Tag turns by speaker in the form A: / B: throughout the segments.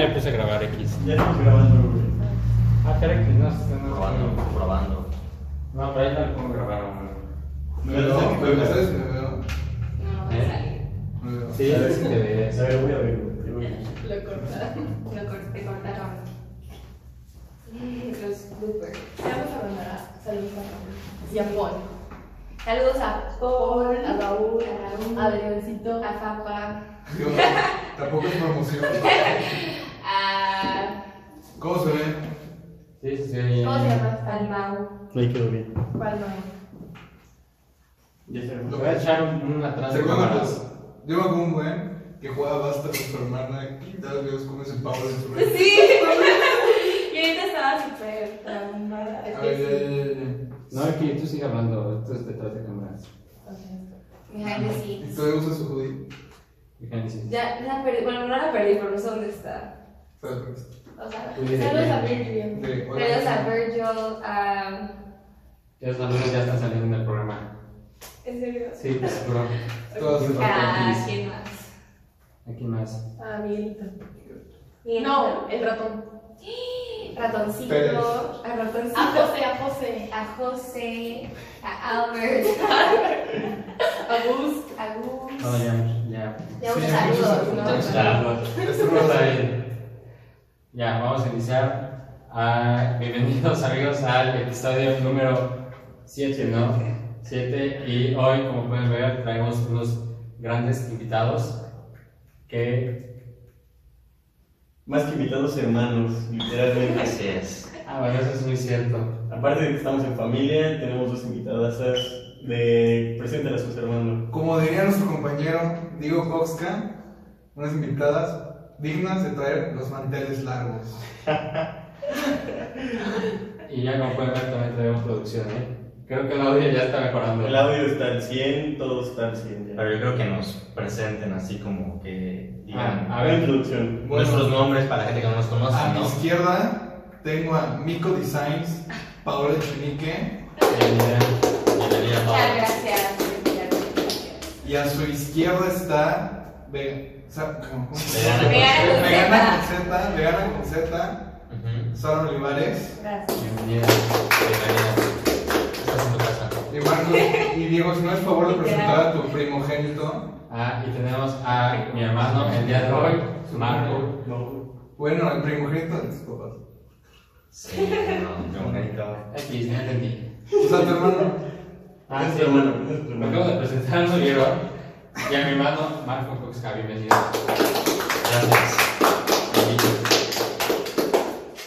A: Ya puse a grabar X.
B: Ya estamos grabando, güey.
A: Ah, pero X no se no,
C: Probando, probando.
A: No, pero ahí tal como grabaron.
B: Me
D: Pero,
B: parece que
D: pero me
B: fue-
D: estás- me veo.
E: No, va a
A: ¿Eh?
E: salir.
D: me veo.
A: Sí, es que
B: A
A: debería.
B: ver, voy a ver, güey. Yo voy.
E: Lo cortaron. Lo cor- te cortaron. Eh, Los bloopers. Vamos a mandar a- saludos a Raúl. Y a Paul. Saludos a Paul, a Raúl, a Raúl, a Leoncito, a Papa,
D: Yo, Tampoco es promoción.
E: a.
D: ¿Cómo se ve?
A: Sí, sí, sí. oye.
E: ¿Cómo se llama? Al Mau.
B: Ahí quedó bien.
E: ¿Cuál Mau?
B: Ya está.
A: Lo voy a echar un- una atrás
D: ¿Se
A: de
D: acuerdan?
A: cámaras.
D: los- Yo me acuerdo un buen que jugaba basta con su hermana y tal vez como ese pavo de su red.
E: Sí. Y ahorita estaba súper traumada.
D: A ver, ya, ya, ya, ya.
A: No, aquí tú sigue hablando. Esto es detrás de cámaras.
E: Behind the scenes.
D: ¿Y todavía usa su hoodie?
A: Fíjense.
E: Ya la perdí, bueno, no la perdí, pero no sé dónde está.
D: ¿Sabes?
E: O sea,
A: Muy bien.
E: saludos a Virgil.
D: De- hola.
E: Saludos a Virgil, ah, a.
A: Ya saludos, ya están saliendo en el programa.
E: ¿En serio?
A: Sí, pues seguro.
D: Todas se
E: ¿A quién más?
A: Aquí más.
F: A Miguelito.
E: Bien.
F: No, el ratón.
E: Ratoncito,
D: Pérez.
E: a Ratoncito,
F: A José, a José.
E: a José, a Albert,
F: A Gus.
E: a Gus.
A: No, ya, ya.
E: Ya un
D: Sí,
E: saludo,
D: muchos
E: ¿no?
D: saludos.
A: Ya, pues.
D: Este no lo
A: Está
D: sabe.
A: bien. Ya, vamos a iniciar. Ah, bienvenidos amigos al episodio número 7, ¿no? 7 y hoy, como pueden ver, traemos unos grandes invitados que...
B: Más que invitados hermanos, literalmente.
C: Así es.
A: Ah, bueno, eso es muy cierto.
B: Aparte de que estamos en familia, tenemos dos invitadas de preséntalas a su hermano.
D: Como diría nuestro compañero Diego Foxca, unas invitadas dignas de traer los manteles largos.
A: Y ya, como pueden ver, también traemos producción, ¿eh? Creo que el audio ya está mejorando.
B: El audio está al 100, todo está al 100 ya.
C: Pero yo creo que nos presenten así como que digan
A: Ah,
B: A ver, introducción.
C: nuestros nombres para la gente que no nos conoce,
D: A mi
C: ¿no?
D: izquierda tengo a Mico Designs, Paola Chenique,
A: Bienvenida.
C: Bienvenida,
E: Muchas
C: Paola.
E: gracias. Gracias.
D: y a su izquierda está Ve- Sa- ¿cómo?
C: Vegana.
D: Vegana
E: Vegana
D: con Z, Vegana con Z,
C: Ujú.
D: Sara Olivares
E: Gracias.
A: Bienvenida.
C: Bienvenida. Estás en tu casa.
D: y Marcos. Y Diego, si no es favor de presentar a tu primogénito.
A: Ah, y tenemos a mi hermano el día de hoy, Marco.
B: No.
D: Bueno, el primogénito de tus papás.
C: Sí, no, qué bonito.
A: Aquí, ya entendí.
D: O sea, tu hermano.
A: Ah,
B: Es
A: sí,
B: tu hermano,
A: hermano.
B: es tu
A: Me
B: hermano.
A: acabo de presentar, soy yo. Y a mi hermano, Marco Coxca, bienvenido.
C: Gracias. Bienvenido.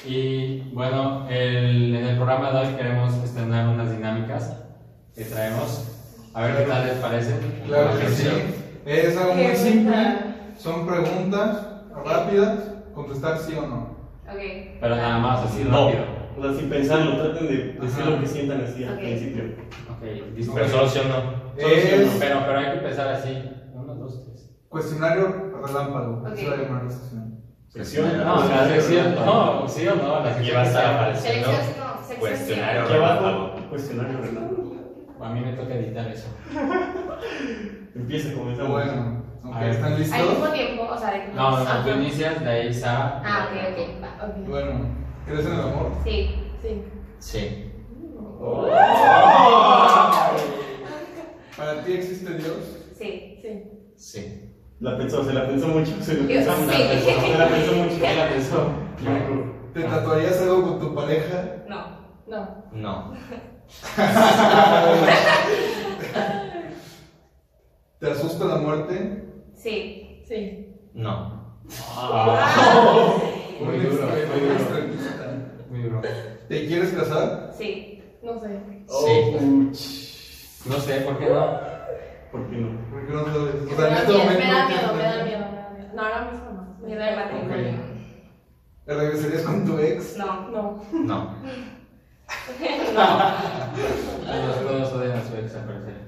A: Y bueno, el- en el programa de hoy queremos estrenar unas dinámicas que traemos. A ver qué tal les parece.
D: Claro que sí. Es algo muy
E: Qué
D: simple.
E: bonita.
D: Son preguntas rápidas, contestar sí o no.
E: Ok.
A: Pero nada más, así
B: No.
A: rápido.
B: O sea, sin pensarlo, traten de decir
D: Ajá.
B: lo que sientan así al
E: Ok.
B: principio.
A: Ok,
C: Pero
A: disperso.
C: solo sí o no.
D: Es
A: Pero, pero hay que empezar así. Uno, dos, tres.
D: cuestionario relámpago.
E: Ok.
D: Eso va a llamar la sesión.
B: Sección. Ah,
C: pues,
A: No, la sección, no, sí o no, la
C: Aquí
A: sección.
C: va a estar
A: sea.
C: apareciendo.
E: Selección, no, sección
C: Cuestionario.
B: Aquí abajo, cuestionario, ¿verdad?
A: A mí me toca editar eso.
B: Empieza, comenzamos.
D: Bueno, ok,
A: A ver.
D: ¿están
E: Al mismo
D: listos?
E: tiempo, o sea, de que
A: No, no,
E: Ah,
A: no, tú inicias, de ahí Sara.
E: Ah, ok, ok. Va.
F: Ok.
D: Bueno, ¿crees en el amor?
E: Sí.
F: Sí.
C: Sí.
B: Oh.
D: ¿Para ti existe Dios?
E: Sí.
F: Sí.
C: Sí.
B: La pensó, se la pensó mucho, se la
E: Yo
B: pensó mucho.
E: sí.
B: Se la pensó mucho.
A: ¿Quién la pensó?
D: ¿Te tatuarías algo con tu pareja?
E: No.
F: No.
C: No.
D: ¿Te asusta la muerte?
E: Sí.
F: Sí.
C: No.
A: Muy duro, muy
D: Muy
A: duro.
D: extremista.
A: Muy duro.
D: ¿Te quieres casar?
E: Sí.
F: No sé.
B: oh,
C: Sí.
A: No sé, ¿por qué no? Ah,
B: ¿Por qué no?
D: ¿Por qué no sabes? O
F: Me
D: sea, en
F: da
D: este
F: miedo,
D: momento.
F: me da
D: ¿qué
F: miedo, me da
D: haces?
F: miedo, me da miedo. No, ahora mismo no.
E: Me da el matrimonio.
D: ¿Te regresarías con tu ex?
E: No.
F: No.
C: No.
A: Los todos odian a su ex, al parecer.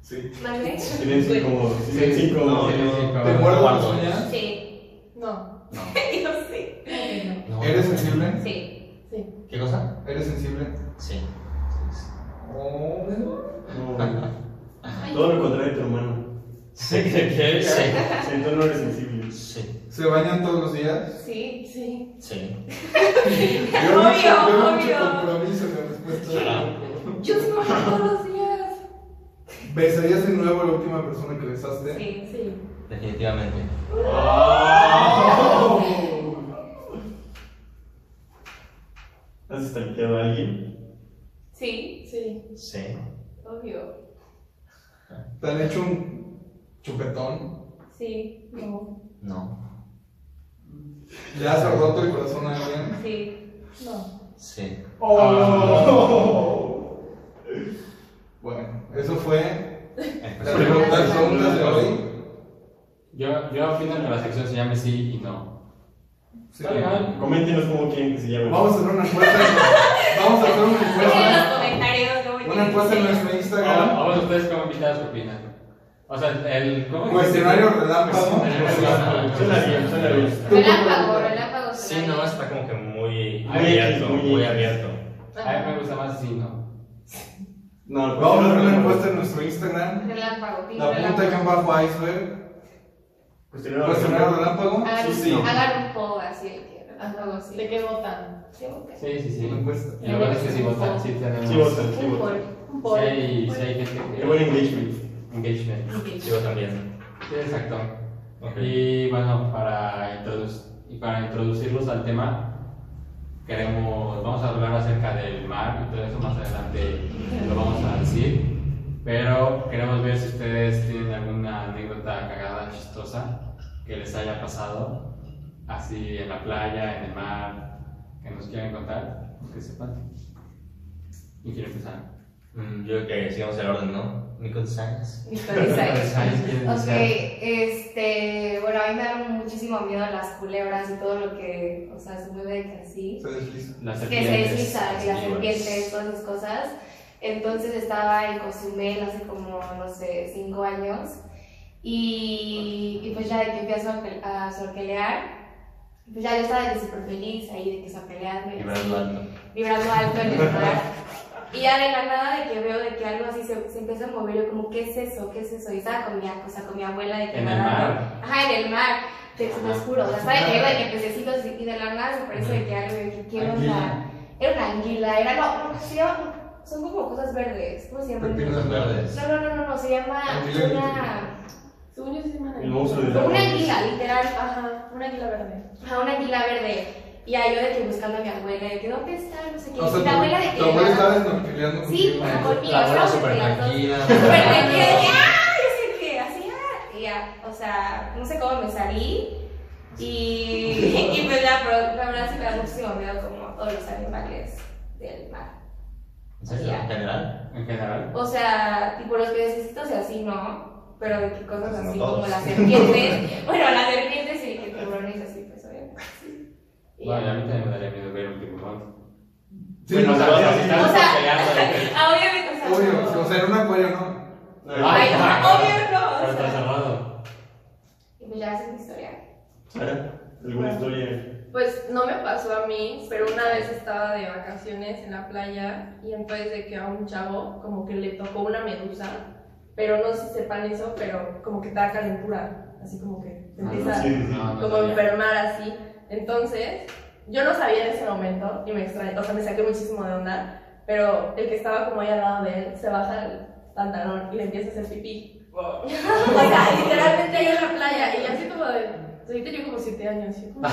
D: Sí.
E: ¿Vale?
B: Silencio incómodo. Silencio
A: Sí,
B: incómodo.
A: sí, sí,
D: ¿Te
A: cabrón.
D: muerdes las
C: Guardo.
D: uñas?
E: Sí.
F: No.
C: No.
E: Yo sí.
C: No.
D: ¿Eres sensible?
E: Sí.
F: Sí.
C: ¿Qué cosa?
D: ¿Eres sensible?
C: Sí.
D: Oh.
B: No. Todo lo contrario de tu hermano.
C: Sí.
A: Sí, que- que-
C: Sí,
B: Siento no eres sensible.
C: sí,
D: ¿Se bañan todos los días?
E: Sí.
F: Sí.
C: sí.
D: Yo mucho,
E: Obvio,
D: veo mucho
E: obvio.
D: compromiso en la respuesta.
E: Yo sí me baño todos los días.
D: ¿Besarías de nuevo a la última persona que besaste?
E: Sí.
F: Sí.
C: Definitivamente.
B: ¿Has estalqueado a alguien?
E: Sí.
F: Sí.
C: Sí.
E: Obvio.
D: ¿Te han hecho un chupetón?
E: Sí.
F: No.
C: No.
D: ¿Le has roto el corazón a alguien?
E: Sí.
F: No.
C: Sí.
A: Ah,
B: Oh.
D: Bueno, eso fue la
C: Empezó.
D: pregunta las preguntas de hoy.
A: Yo, yo opino que la sección se llame sí y no.
D: Sí.
A: Está legal.
B: Coméntenos cómo quieren que se llame.
D: Vamos a hacer una encuesta. Vamos a hacer una
E: Dejen en los
D: encuesta.
E: comentarios cómo
D: Una encuesta en
E: quieren
D: nuestro
A: Ahora,
D: Instagram.
A: ahora ustedes como invitados qué opinan. O sea, el... ¿cómo?
D: Cuestionario relámpago.
A: Cuestionario.
B: Suena bien, suena bien.
E: que se llame. Relámpago, relámpago.
C: Sí, no, está como que muy
B: Muy
C: abierto,
B: X, muy
C: muy
B: X.
C: abierto.
A: A mí me gusta más sí y no.
B: No, pues,
D: Vamos a hacer
B: no, no,
D: una
B: no.
D: encuesta en nuestro Instagram.
E: Relámpago. sí,
D: La punta acá
E: relámpago.
D: abajo iceberg.
B: Cuestionario.
D: Cuestionario relámpago.
E: Hagan-
D: Sí, sí.
E: Hagan un poll así de que relámpago
F: Ajá. ¿De
E: sí.
F: qué votan?
A: Sí, sí, sí.
D: Una encuesta.
A: Y lo bueno es que sí votan, sí tenemos...
B: Sí, votan, sí,
E: Un
B: votan.
E: poll.
F: Un
A: Sí
F: poll.
A: hay, sí hay gente
B: Qué
A: que...
B: buen engagement.
A: Engagement.
C: Sí, yo también.
A: Sí, exacto.
C: Ok.
A: Y bueno, para, introduc- y para introducirlos al tema, queremos, vamos a hablar acerca del mar y todo eso más adelante lo vamos a decir. Pero queremos ver si ustedes tienen alguna anécdota cagada, chistosa, que les haya pasado, así en la playa, en el mar, que nos quieran contar, que sepan. ¿Y quién empezar?
C: Mm, Yo creo que sigamos el orden, ¿no? Nico Sáenz.
E: Victoria Isaac.
A: Sáenz, ¿quién
E: Ok,
A: empezar?
E: este, bueno, a mí me dan muchísimo miedo las culebras y todo lo que, o sea, se mueve de que así,
D: Se desliza.
A: Las
E: que se
A: serpientes,
E: desliza, que las
A: víboras.
E: serpientes, todas esas cosas. Entonces estaba en Cozumel hace como, no sé, cinco años y, y pues ya de que fui a, sorpe- a sorpelear, pues ya yo estaba de que súper feliz ahí, de que sorpelearme.
C: Y Brad Lando.
E: vibrando alto en el mar. Y ya de la nada de que veo de que algo así se, se empieza a mover, yo como, ¿qué es eso? ¿Qué es eso? Y estaba con mi, o sea, con mi abuela de que
A: En el
E: nadaba.
A: mar.
E: Ajá, en el mar, te te lo
A: Ajá.
E: juro. O sea, estaba de que iba de que pececitos y- y de la nada se parece de que algo, de que ¿qué onda? Era una anguila, era, no, no, se llama- son como cosas verdes, ¿cómo se llaman?
D: Pepinos
C: Los verdes.
E: No, no, no, no, no, se llama
D: Anguila de
E: una,
F: Según yo sí se llaman
B: El monstruo de
F: anguila.
B: la-
E: una anguila, literal, ajá.
F: Una anguila verde.
E: a una anguila verde. Y ahí yo de que buscando a mi abuela, de que dónde está, no sé qué.
D: O sea,
E: y la abuela de que.
D: tu abuela estaba desnorquileando
E: Sí, ajá,
D: contigo.
E: conmigo.
C: La abuela
E: estábamos
C: súper
E: las dos.
C: tranquila.
E: Súper tranquila, de que, ah, no sé qué, así, ah. Y ya, o sea, no sé cómo me salí. Y, y pues ya, pero la verdad sí me da muchísimo miedo como todos los animales del mar.
C: ¿En serio? ¿En general?
A: En general.
E: O sea, tipo los pececitos y así, ¿no? Pero de que cosas
C: Pues no
E: así
C: todos.
E: como las serpientes. bueno, las serpientes y que tiburones así, pues obviamente. sí. Y ya.
A: Bueno, a mí también me daría miedo ver un tiburón.
D: Sí,
A: Bueno, o sea,
D: claro,
A: si
D: sí.
A: estás
E: O sea-
A: peleando, de
E: Ah, obviamente, o sea,
D: Obvio,
E: como-
D: o sea, en un acuario no.
E: Ay,
A: Ay,
E: no, obvio
A: que-
E: no.
A: pero
E: o
A: está
E: sea.
A: cerrado.
E: Y pues ya esa es mi historia.
B: Sara, ¿alguna historia?
F: Pues no me pasó a mí, pero una vez estaba de vacaciones en la playa y entonces de que a un chavo como que le tocó una medusa, pero no sé si sepan eso, pero como que te da calentura, así como que te
A: Ah, no,
F: empieza
B: sí, sí.
A: No, no
F: como
A: sabía.
F: enfermar así. Entonces, yo no sabía en ese momento y me extrañé, o sea, me saqué muchísimo de onda, pero el que estaba como ahí al lado de él se baja el pantalón y le empieza a hacer pipí. o sea, literalmente ahí en la playa y yo así como de, o sea, yo tenía como 7 años, yo como,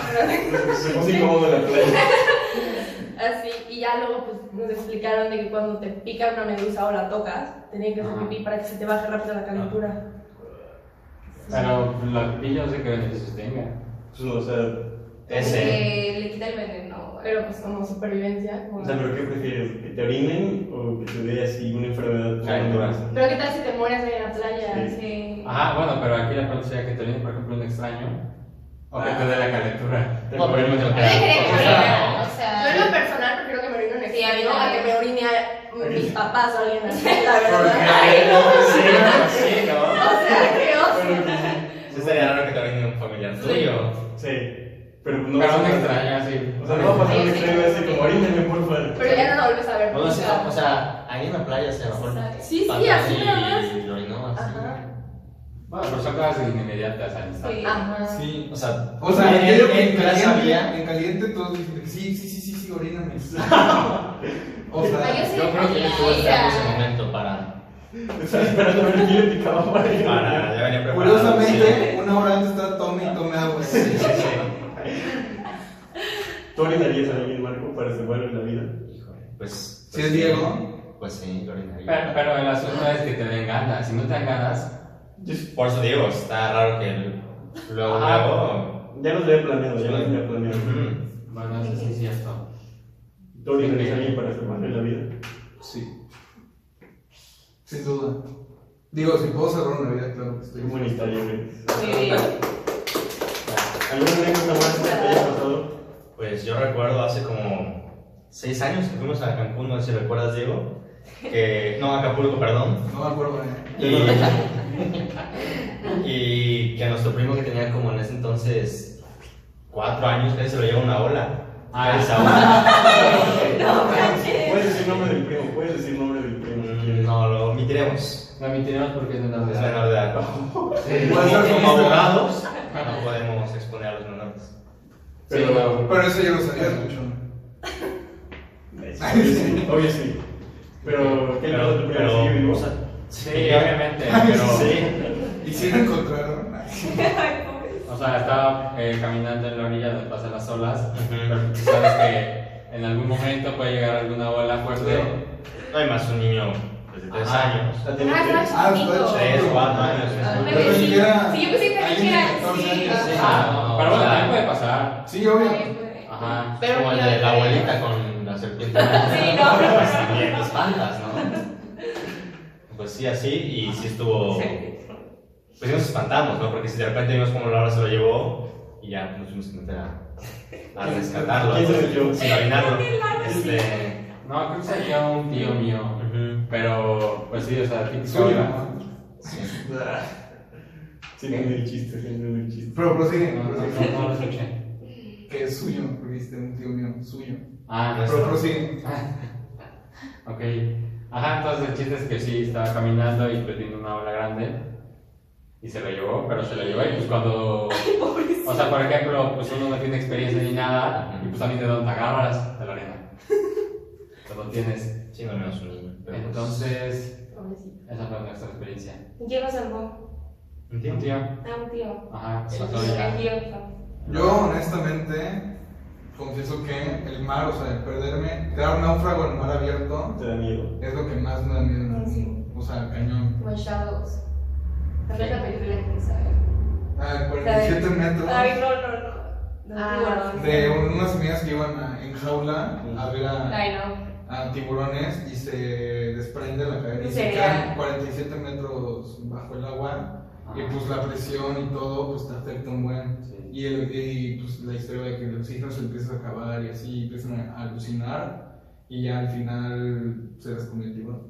B: Se puso incómodo en la playa.
F: así, y ya luego pues nos explicaron de que cuando te pica una medusa o la tocas, tenías que hacer
A: Ajá.
F: pipí para que se te baje rápido la calentura.
A: Pero la pilla no sé qué beneficios tenga.
B: Pues, o sea,
C: Ese.
E: Porque le quita el veneno.
F: Pero pues como supervivencia, como...
B: o sea, ¿pero qué prefieres? ¿Que te orinen o que te dé así una enfermedad?
A: Ay,
B: Una
A: no.
B: cosa.
F: Pero qué tal si te mueres ahí en la playa.
E: Sí.
C: Ah,
A: Ajá, bueno, pero aquí la parte sería que te viene, por ejemplo, un extraño. O que te dé la calentura.
B: Te
A: O que
B: ponen-
A: te
E: Yo le quería que me
A: Claro.
E: orinaran, o
F: Yo en lo
E: sea.
F: personal prefiero que me orine un
E: Sí, a mí
F: extraño a
E: también.
F: que me orine a mis papás o alguien así, la verdad.
C: Ay, no, sí, no, sí,
F: O
C: no.
F: sea, qué oso.
B: Bueno, que
C: Sí, estaría raro que te orine un familiar tuyo.
B: sí. Sí. Pero no
A: Pero un
B: pasa-
A: extraño, así.
B: O sea, no va a pasar un
E: Sí, sí.
B: extraño así como oríname, por favor.
F: Pero ya no lo vuelves a ver.
C: Bueno, sí,
F: nunca.
C: o sea, ahí en la playa se bajó el
F: Sí, sí,
C: pantalón
F: así nada más.
C: y lo orinó así.
F: Ajá.
A: Bueno, pero son cosas inmediatas al instante.
E: Sí.
F: Ajá.
C: Sí, o sea,
D: O sea,
C: él,
D: yo
C: él,
D: en
C: ya
D: caliente,
C: sabía.
D: en caliente todos dicen, sí, sí, sí, sí, sí, oríname. o
E: Ay,
D: sea,
E: yo sí
C: Yo creo que él estuvo esperando ese
E: dejaría.
C: momento para.
B: Estaba esperando a ver quién le picaba para ir.
C: para ya venía preparado.
D: curiosamente, una hora antes está tome y tome agua.
C: Sí, sí, sí.
B: ¿Tú orinarías a alguien, Marco, para salvarle la vida?
C: Híjole, pues.
D: Si es Diego,
C: Pues sí, lo orinaría.
A: Pero, pero el asunto es que te den ganas. Si no te dan ganas,
C: Por eso digo, está raro que él. Luego,
A: Ajá.
C: luego.
B: Ya los había planeado, ya los había planeado.
C: ujú.
A: bueno, eso sí es cierto.
B: ¿Tú orinarías a alguien para salvarle la vida?
D: Sí. Sin duda. Digo, si puedo salvar una vida, claro que
B: Soy
D: estoy
B: un
D: muy
B: buen historia, güey.
F: Sí.
B: ¿Alguna anécdota más que te haya pasado?
C: Pues yo recuerdo hace como seis años que fuimos a Cancún, no sé si recuerdas, Diego. Que, no, a Acapulco, perdón.
D: No me acuerdo de
C: Y, y que a nuestro primo que tenía como en ese entonces cuatro años, que se lo lleva una ola.
A: Ah.
C: Esa ola.
F: No manches.
B: Puedes decir nombre del primo, puedes decir nombre del primo si
C: Mm,
B: quieres.
C: No, lo omitiremos.
A: No mentiremos porque no nos
C: Es
A: dan
C: menor de edad.
D: Puede ser
C: Como
D: como
C: abogados, no podemos exponer a los menores.
A: Sí, no.
D: Pero eso yo lo sabía mucho.
B: Obvio sí, obvio sí. Pero, ¿qué le pasa a tu
C: Pero,
B: primo? ¿Sigue
C: pero,
B: vivo?
C: o sea,
A: Sí, obviamente, pero.
D: Y si lo encontraron, ay,
F: Ay, pobre.
A: O sea, estaba eh, caminando en la orilla donde pasan las olas.
C: Ujú.
A: Pero tú sabes que en algún momento puede llegar alguna ola fuerte.
C: No hay más un niño pues, de tres
A: Ajá.
C: años.
B: Ya tiene
E: Ah,
B: que-
E: estaba
D: Ah,
E: chiquito.
D: fue
C: Tres, cuatro
E: Ah,
C: años.
E: me
D: Yo
E: ves.
D: pensé que era
E: Sí, yo pensé que
D: alguien de
E: era-
D: 14
E: sí,
D: años.
E: ajá.
A: Ah, no, pero bueno, también puede pasar.
D: Sí, obvio.
E: Ay, güey.
A: Ajá.
F: Pero
C: Como el
F: mira, eh,
C: de la abuelita con la serpiente.
F: Sí, no.
C: Pues también te espantas, ¿no? Pues sí, así, y sí estuvo. Pues sí nos espantamos, ¿no? Porque si de repente vimos como Laura se lo llevó y ya nos fuimos a meter a, a rescatarlo.
B: ¿Quién se lo llevó?
C: Sin orinarlo. Este.
A: No, creo que sería un tío mío.
C: ujú,
A: Pero, pues sí, o sea, típico.
D: Suyo,
A: ¿verdad?
D: ¿no?
C: sí.
B: Sí, no es el chiste, sí, no es el chiste.
D: Pero
A: No,
D: prosigue,
A: no,
D: prosigue.
A: no, no lo escuché.
D: Que es suyo, porque viste un tío mío, suyo.
A: Ah, no es
D: Pero prosigue.
A: Ok. Ajá, entonces el chiste es que sí, estaba caminando y pues vino una ola grande y se lo llevó, pero se lo llevó y pues cuando... O sea, por ejemplo, pues uno no tiene experiencia ni nada y pues a mí de dónde agarras de la arena. Pues no tienes.
C: Sí, no menos un niño. pero pues,
A: Entonces,
F: Pobrecito.
A: esa fue nuestra experiencia.
E: ¿Quién lo salvó?
C: ¿Un tío?
A: Un tío.
E: Ah, un tío.
A: Ajá, se pasó
E: El
A: ya.
E: tío. salvó.
D: Yo, honestamente, confieso que el mar, o sea, el perderme, quedar un náufrago en el mar abierto,
B: Te da miedo.
D: es lo que más me da miedo en el mundo. O sea, cañón.
E: Como en Shadows. También la película que sabe.
D: A 47 metros.
F: Ay, no, no, no. No,
E: Ah.
F: tiburón.
D: de unas amigas que iban a- en jaula a ver a,
E: Ay, no.
D: a tiburones y se desprende la cadena y se
E: Sería-
D: quedan 47 metros bajo el agua y pues la presión y todo pues te afecta un buen
A: Sí.
D: y, el, y, pues la historia de que el oxígeno se empieza a acabar y así empiezan a alucinar y ya al final se las come el tiburón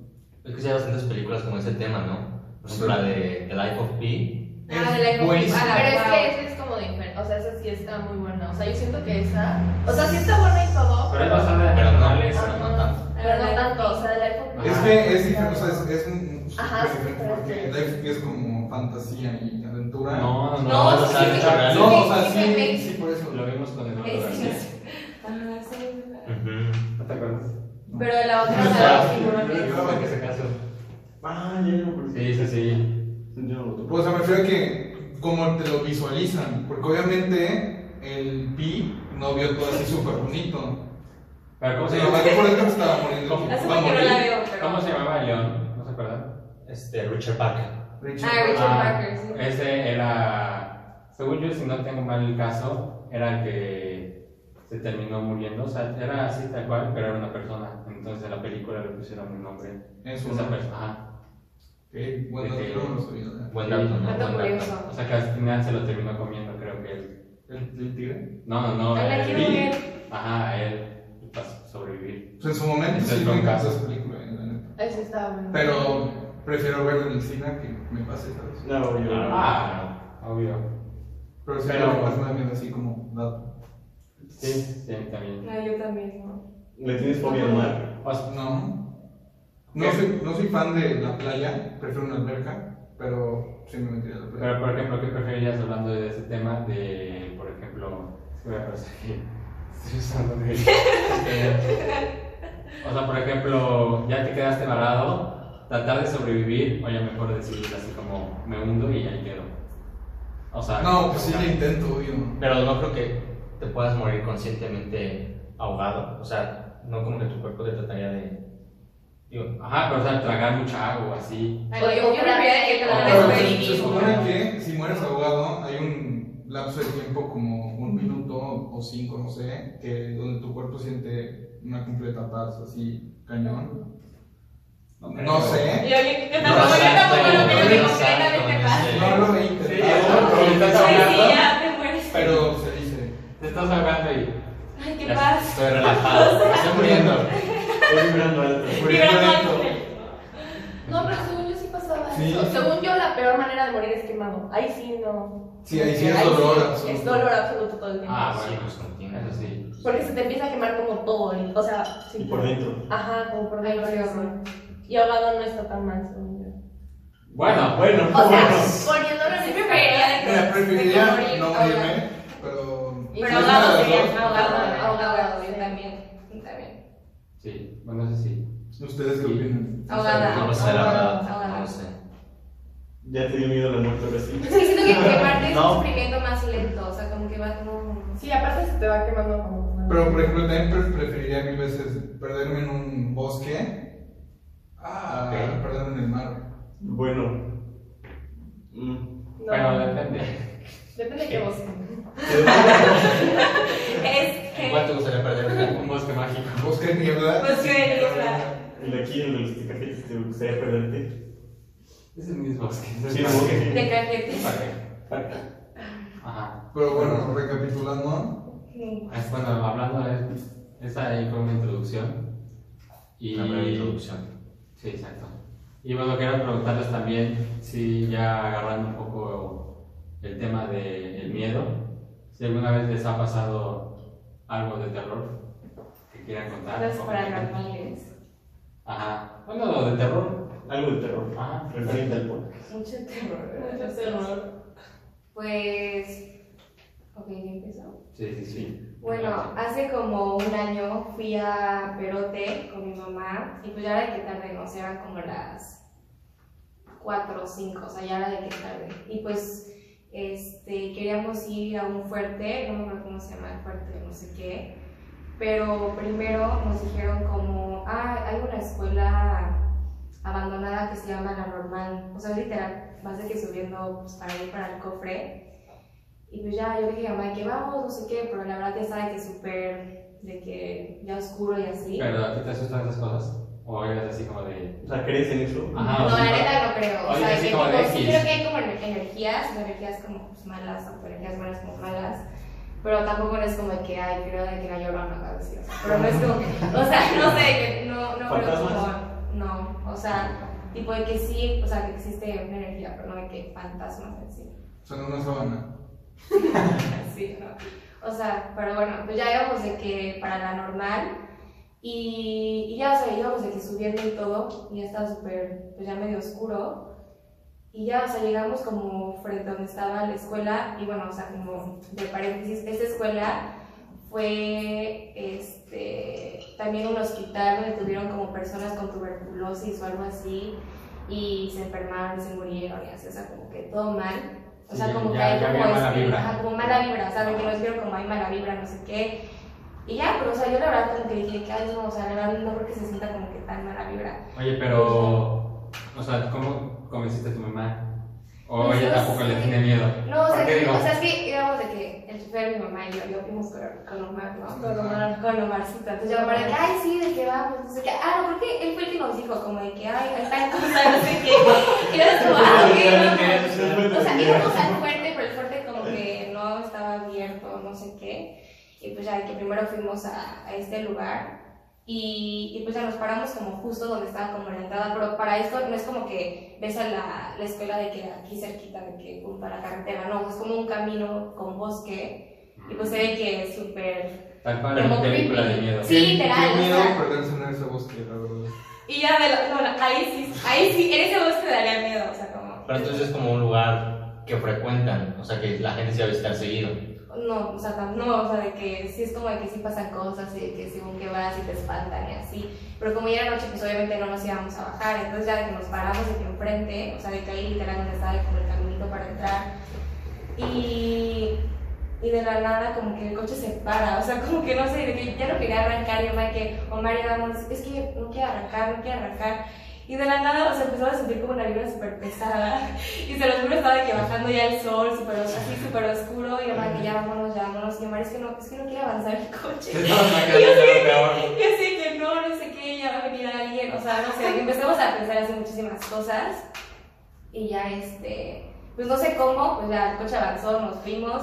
C: Es que sí hay bastantes películas como ese tema, ¿no? Por ejemplo, la de The Life of Pi.
F: Ah, de la
D: Es
F: economía.
D: buenísimo.
F: Ah,
E: Pero
F: pero
E: es
F: wow.
E: que esa es como diferente. O sea, esa sí está muy buena. O sea, yo siento que esa. O sea, sí está buena y todo.
A: Pero es bastante de
C: Pero no.
A: animales.
E: Ajá.
C: no tanto.
E: Pero no tanto. O sea, de la época.
D: es que es diferente, o sea, es, es un-
E: Ajá, sí,
D: diferente
E: pero-
D: porque Life es como fantasía y aventura
A: No, no,
E: No,
A: no.
E: sí,
A: o sea,
E: sí,
A: de hecho,
E: sí, sí.
A: real.
D: No, o sea,
E: sí,
D: sí,
E: sí.
D: sí, por eso.
A: Lo vimos con el
E: Sí,
A: otro
E: sí,
A: García.
E: sí. Ah, sí.
C: Ujú.
A: ¿No te acuerdas?
E: Pero de la otra, o sea, los tiburones.
A: Ah, que se casó.
B: Ah, ya lo por
A: Sí, sí, sí.
D: O sea, me refiero Pues, a que como te lo visualizan, porque obviamente el Pi no vio todo así súper bonito.
A: Pero ¿cómo
D: O
A: se
D: sea, yo
A: llama?
D: por eso estaba poniendo
A: ¿Cómo?
F: Hace
D: Va a
F: mucho que no
D: morir.
F: la veo, pero.
A: ¿Cómo se llamaba el león? ¿No se acuerdan?
C: Este, Richard Parker.
D: Richard.
E: Ah, Richard
A: Ah,
E: Parker, sí.
A: Ese era, según yo, si no tengo mal el caso, era el que se terminó muriendo. O sea, era así tal cual, pero era una persona. Entonces en la película le pusieron un nombre.
D: Es un-
A: Esa persona. ajá.
D: Ok, Bueno,
A: Este-
D: yo no lo sabía. ¿verdad?
C: Buen dato, ¿no?
E: Dato
C: Buen dato.
E: curioso.
A: O sea que al final se lo terminó comiendo, creo que él.
D: ¿El, el tigre?
A: No, no, no.
E: Ay, la
A: él-
E: quiero ver.
A: Ajá, él. Para sobrevivir.
D: Pues en su momento
A: Ese
D: sí
A: es
D: me
A: un
D: encantó
A: caso.
D: esa película, la neta.
E: Esa estaba buena.
D: Pero prefiero verla en el cine a que me pase esta vez.
B: No, obvio.
A: Ah, obvio.
D: Pero sí,
A: Pero-
D: pero más me da miedo así como dato.
A: Sí, sí, a mí también.
F: No, yo también, no.
B: ¿Le tienes fobia al mar?
A: O sea,
D: No. No soy, no soy fan de la playa, prefiero una alberca. pero sí me mentiría la
A: Pero, por ejemplo, ¿qué preferirías hablando de ese tema? De, por ejemplo, es que me parece que estoy usando de- Eh, o sea, por ejemplo, ya te quedaste varado, tratar de sobrevivir, o ya mejor decidir así como me hundo y ahí quedo. O sea,
D: No, pues sí
A: o sea,
D: lo intento, obvio.
C: Pero no creo que te puedas morir conscientemente ahogado. O sea, no como que tu cuerpo te trataría de. Digo,
A: Ajá, pero o sea, tragar mucha agua, así.
E: Ay, yo prefiero que
D: Ah,
E: cada
D: pero
E: vez
D: se,
E: sobrevivir.
D: se supone que si mueres ahogado hay un lapso de tiempo como un minuto o cinco, no sé, que donde tu cuerpo siente una completa paz, así, cañón. No sé,
F: Y oye, que
C: No,
F: tampoco yo
C: exacto,
F: tampoco lo que yo
C: no,
F: digo que
C: exacto,
F: cada vez que
C: no
F: pasa.
C: sé.
D: no lo he
A: Sí, pero Ah, te
D: intentado,
A: estás
F: Ay, sí,
A: ahogando,
F: ya te mueres.
D: pero se dice.
A: te estás ahogando y
F: Ay, qué
A: ya
F: paz.
A: estoy relajado, me estoy muriendo.
B: Estoy vibrando alto.
F: Vibrando alto.
E: No, pero según yo sí pasaba
D: Sí.
E: eso.
F: Según yo, la peor manera de morir es quemado. Ahí sí no.
D: Sí, ahí sí
F: Ahí
D: es dolor absoluto.
F: Es dolor absoluto todo el tiempo.
A: Ah,
C: sí,
A: bueno.
C: pues contigo.
A: Eso sí.
F: Porque se te empieza a quemar como todo. el- O sea, sí.
B: Y por dentro.
F: Ajá, como por dentro.
E: Ay, qué
F: sí,
E: horror.
F: sí. Y ahogado no está tan mal, según yo.
A: Bueno, bueno.
B: Bueno,
F: O sea,
B: bueno.
F: poniéndolo en mi
D: Mira, preferiría no morirme, pero...
E: Pero
D: Sí,
E: ahogado
D: es
E: sería
D: dolor.
E: ahogado,
F: Ajá.
E: ahogado, yo
F: Sí.
E: también. yo también.
A: Sí, bueno, eso sí.
D: ¿Ustedes qué opinan?
E: Ahogada.
C: No lo sé, la
E: Ahogada,
C: verdad. No
E: ahogada.
C: lo sé.
B: Ya te dio miedo la muerte, ahora sí.
E: Es que siento que quemarte es un
B: No.
E: sufrimiento más lento, o sea, como que vas como...
F: Sí, aparte se te va quemando como.
D: Pero por ejemplo, también pre- preferiría mil veces perderme en un bosque a
C: Ok.
D: perderme en el mar.
B: Bueno. Mm.
F: No.
A: Pero depende.
F: Depende de qué vos.
E: Es
C: ¿En
E: que...
C: cuál te gustaría perder?
A: Un bosque mágico.
D: Bosque de niebla.
F: Bosque de niebla.
B: El de aquí, el de los picajetes, te gustaría perderte.
A: Es el mismo bosque. es el
B: Sí,
A: mismo
B: bosque.
E: De cajetes.
A: Parque. Parque. Ajá.
D: Pero bueno, recapitulando,
A: Es Bueno, hablando de. Esta ahí fue una introducción. Y.
C: Una breve introducción.
A: Sí, exacto. Y bueno, quiero preguntarles también si ya agarrando un poco el tema del miedo, si alguna vez les ha pasado algo de terror que quieran contar.
E: Los
A: o-
E: paranormales.
A: Ajá. Bueno, lo de terror.
B: Algo de terror.
A: Ajá.
B: Referente al podcast.
E: Mucho terror.
F: Mucho terror.
E: Pues... Ok, ¿ya empezó?
A: Sí, sí, sí.
E: Bueno, hace como un año fui a Perote con mi mamá y pues ya era de que tarde, no sé, eran como las 4 o 5, o sea, ya era de que tarde. Y pues este, queríamos ir a un fuerte, no me acuerdo cómo se llama el fuerte, no sé qué, pero primero nos dijeron como, ah, hay una escuela abandonada que se llama La Normal, o sea, literal, vas de que subiendo pues, para ir para el cofre. Y pues ya, yo le dije a mamá de que vamos, no sé qué, pero la verdad ya estaba de que súper, de que ya oscuro y así.
A: ¿Pero a ti te asustan esas cosas? ¿O eres así como de.?
B: O sea, ¿crees en eso?
A: Ajá,
E: no,
A: o sea,
E: la neta no creo. O
A: Oye,
E: sea, de
A: así
E: que
A: como de
E: como sí
A: X.
E: creo que hay como ener- energías, pero energías como pues, malas, o energías buenas como malas. Pero tampoco no es como de que, ay, creo de que la llorona o algo así. o sea, Pero no es como, o sea, no sé, que no, no creo como,
B: ¿Fantasmas?
E: no, o sea, tipo de que sí, o sea, que existe una energía, pero no de que fantasmas en sí.
D: son una sabana.
E: Sí, ¿no? O sea, pero bueno, pues ya íbamos de que para la normal y, y ya, o sea, íbamos de que subiendo y todo, y ya estaba súper, pues ya medio oscuro. Y ya, o sea, llegamos como frente a donde estaba la escuela, y bueno, o sea, como de paréntesis, esa escuela fue este, también un hospital donde tuvieron como personas con tuberculosis o algo así, y se enfermaron y se murieron, y así, o sea, como que todo mal. O sea,
A: Sí,
E: como
A: ya-
E: que hay
A: ya
E: como,
A: había mala
E: este,
A: vibra.
E: ajá, como mala vibra, o sea, de que nos vieron como hay mala vibra, no sé qué. Y ya, pero o sea, yo la verdad como que dije que ay no, o sea, la verdad no creo que se sienta como que tan mala vibra.
A: Oye, pero. O sea, ¿cómo convenciste a tu mamá? ¿O
E: No
A: ella
E: sé.
A: tampoco le tiene miedo?
E: No, o sea,
A: ¿Por qué
E: que,
A: digo?
E: o sea, es que íbamos de que el chofer, mi mamá y yo, yo fuimos con, con Omar, ¿no?
D: Con Omar.
E: Con Omarcito. Entonces yo Omar de que, ay sí, de que vamos, no sé qué. Ah, no, creo que él fue el que nos dijo como de que, ay, hay tal cosa, no sé qué. Y era como, ah, ok, vamos. O sea, íbamos al fuerte, pero el fuerte como que no estaba abierto, no sé qué. Y pues ya que primero fuimos a, a este lugar y, y pues ya nos paramos como justo donde estaba como la entrada, pero para esto no es como que ves a la, la escuela de que aquí cerquita, de que junto a la carretera, no, es como un camino con bosque y pues se ve que es súper...
A: Tal cual, una
E: como
A: película
E: creepy.
A: de miedo.
E: Sí, literal,
D: Qué
E: o
D: miedo
E: sea.
D: perderse en ese bosque, la verdad.
E: Y ya, de la- no, la- ahí sí, ahí sí, en ese bosque daría miedo, o sea, como...
C: Pero entonces es como un lugar que frecuentan, o sea, que la gente se va a visitar seguido.
E: No, o sea, tam- no, o sea, de que sí es como de que sí pasan cosas y de que según que vas y te espantan y así. Pero como ya era noche, pues obviamente no nos íbamos a bajar. Entonces ya de que nos paramos de que enfrente, o sea, de que ahí literalmente estaba de como el caminito para entrar. Y, y de la nada como que el coche se para, o sea, como que no sé, de que ya no quería arrancar. Y Omar que, Omar y vamos, es que no quiero arrancar, no quiero arrancar. Y de la nada, o sea, empezó a sentir como una vibra súper pesada. Y se los juro, estaba de que bajando ya el sol, súper así, súper oscuro. Y Omar, que ya vámonos, ya vámonos. Y Omar, es que no, es que no quiere avanzar el coche. Que sí, que no, no sé qué, ya va a venir alguien. O sea, no sé, empezamos a pensar así muchísimas cosas. Y ya, este, pues no sé cómo, pues ya el coche avanzó, nos fuimos.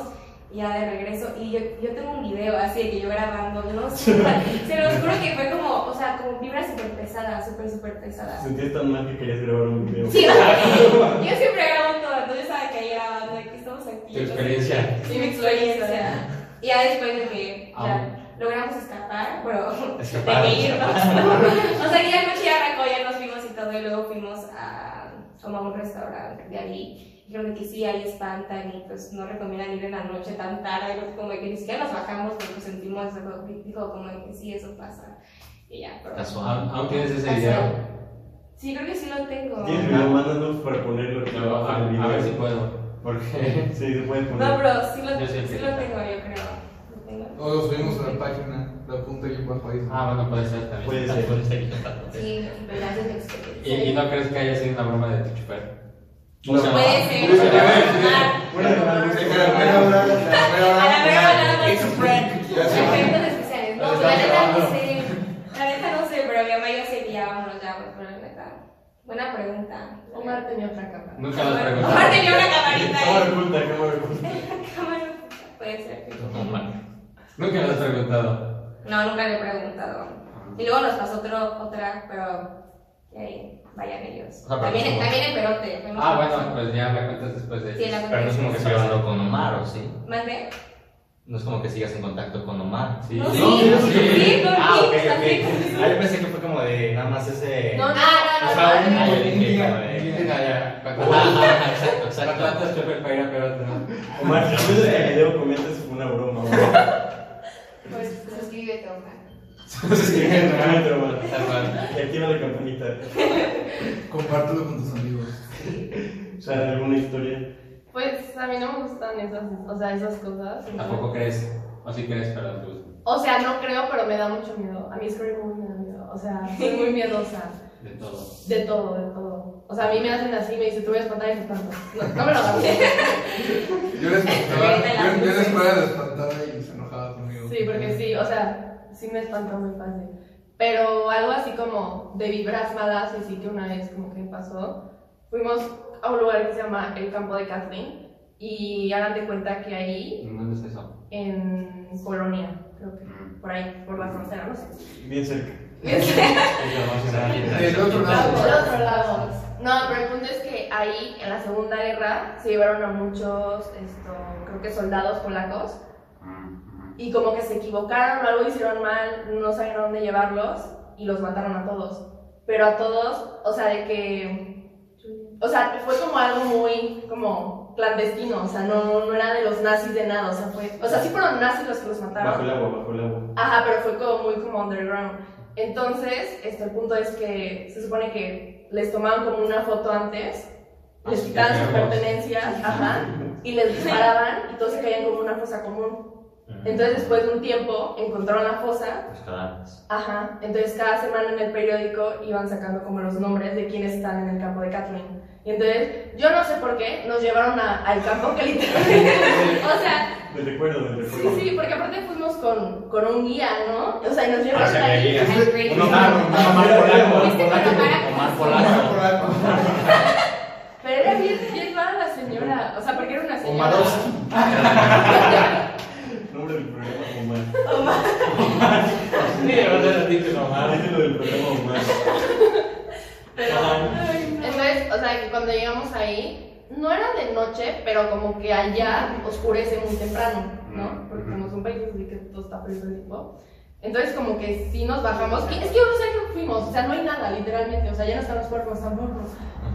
E: Y ya de regreso, y yo, yo tengo un video así de que yo grabando, yo no sé, o sea, se los juro que fue como, o sea, como vibra súper pesada, súper, súper pesada.
B: Sentías tan mal que querías grabar un video.
E: Sí, o sea, yo siempre grabo todo, entonces sabe que ahí grabando, de que estamos aquí.
A: Tu experiencia.
E: Sí, mi experiencia. Y ya después de que
A: Ah.
E: ya, logramos escapar, pero
C: Escapar.
E: de que irnos. o sea, que ya el coche ya arrancó, ya nos fuimos y todo, y luego fuimos a, como a un restaurante de ahí. Dijeron de que sí, ahí espantan y pues no recomiendan ir en la noche tan tarde, pues, como de que ni siquiera nos bajamos porque sentimos, eso, dijo como de que sí, eso pasa. Y ya, pero...
C: Casual.
A: ¿Aún aún tienes ese video?
E: Sí, creo que sí lo tengo.
B: Tienes video, mándanos para ponerlo aquí
A: Pero
B: abajo
A: a,
B: en el video.
A: a ver si puedo. Porque
B: Sí, se puede poner.
E: No, pero sí lo,
A: Yo sí
E: sí
A: creo.
E: lo tengo, yo creo. Lo tengo.
D: O lo subimos a la página, la punta y bajo ahí.
A: Ah, bueno, puede ser también.
B: Puede ser.
C: Puede ser que te pase.
E: Sí, pero haces experiencia.
A: ¿Y, y no crees que haya sido una broma de tu chofer?
B: No.
E: Puede ser.
A: Puede ser.
B: Puede ser.
E: A
D: Sí, que la mera hora, la mera hora.
E: la mera hora.
D: It's a prank. Ya se va.
E: Efectos especiales. No, la neta no sé. La neta no sé, pero mi mamá yo sé que ya vámonos ya, pues, pero la neta. Buena pregunta.
F: Omar tenía otra cámara.
A: Nunca lo he
E: Omar
A: preguntado.
E: tenía una camarita
B: Cámara
E: ahí.
B: oculta, cámara oculta.
E: Cámara. Puede ser.
C: No, man.
A: Nunca lo he preguntado.
E: No, nunca le he preguntado. Y luego nos pasó otro, otra, pero. que ahí vayan ellos.
C: O sea, pero
E: También,
C: no-
E: también en Perote. fuimos
A: Ah,
E: a-
A: bueno, pues ya me cuentas después de
E: Sí, la
C: Pero no es como que sigas hablando con Omar, ¿o sí?
E: Mandé.
C: No es como que sigas en contacto con Omar.
A: Sí.
E: No, sí,
A: No,
E: sí,
A: sí.
E: no,
C: Ah, ok,
E: sí,
C: ok. Ah, yo pensé que fue como de nada más ese...
E: No, no, no, no,
C: Ah,
E: no, no.
C: yo dije como de-
A: Sí, no, ya.
C: Ajá,
A: Cuando-
C: ajá, Exacto,
A: cuando
C: exacto.
A: andas chofer para ir a Perote, ¿no?
B: Omar, a veces en el video comenta si fue una broma. Omar.
E: Pues suscríbete, Omar.
B: Comenta, Omar.
A: Tal cual.
B: Y activa la campanita.
D: Compártelo con tus amigos.
B: O sea, alguna historia.
F: Pues a mí no me gustan esas, o sea, esas cosas.
A: Tampoco crees. O sí crees, pero pues.
F: O sea, no creo, pero me da mucho miedo. A mí Scary Movie me da miedo. O sea, soy muy miedosa.
A: De todo.
F: De todo, de todo. O sea, a mí me hacen así, me dicen, te voy a espantar y se espanto. No, no me lo hagas.
D: Yo les espantaba,
E: Ahorita la
D: yo, yo les
E: puse.
D: fuera la espantaba y se enojaba conmigo.
F: Sí, porque sí, o sea, sí me espanta muy fácil. Pero algo así como de vibras malas, y sí que una vez como que pasó, fuimos a un lugar que se llama el Campo de Kathleen y hagan de cuenta que ahí,
A: ¿Dónde es eso?
F: en Polonia, creo que por ahí, por la frontera, no sé.
B: Bien cerca.
D: Del otro lado.
F: Por otro lado. No, pero el punto es que ahí en la Segunda Guerra se llevaron a muchos, esto, creo que soldados polacos y como que se equivocaron o algo hicieron mal, no sabían a dónde llevarlos y los mataron a todos. Pero a todos, o sea, de que, o sea, fue como algo muy como clandestino, o sea, no, no era de los nazis de nada, o sea, fue, o sea, sí fueron nazis los que los mataron.
B: Bajo el agua, bajo el agua.
F: Ajá, pero fue como muy como underground. Entonces, este, el punto es que se supone que les tomaban como una foto antes, les
A: Ah,
F: quitaban sus
A: qué huevos.
F: pertenencias, ajá, y les disparaban y todos se caían como una fosa común. Entonces, después de un tiempo, encontraron la fosa,
C: Pues claro.
F: ajá, entonces cada semana en el periódico iban sacando como los nombres de quienes están en el campo de Kathleen. Y entonces, yo no sé por qué, nos llevaron a- al campo que literalmente, o sea,
B: Del recuerdo, del
F: Sí,
B: recuerdo.
F: sí, porque aparte fuimos con, con un guía, ¿no? O sea, y nos llevaron
C: Ah, se ve
F: ahí.
D: Este,
C: guía.
E: Ay,
C: Uno más, uno más polaco. Omar polaco.
F: Pero era bien, bien mala la señora. O sea, porque era una señora.
D: Omarovsky.
B: Nombre del programa, Omar.
A: Omar.
B: Título del programa, Omar.
F: Pero, entonces, o sea, que cuando llegamos ahí, no era de noche, pero como que allá oscurece muy temprano, ¿no? Porque como son países así que todo está periférico. Entonces, como que sí nos bajamos. Y es que yo no sé a qué fuimos, o sea, no hay nada, literalmente. O sea, ya no están los cuerpos tampoco.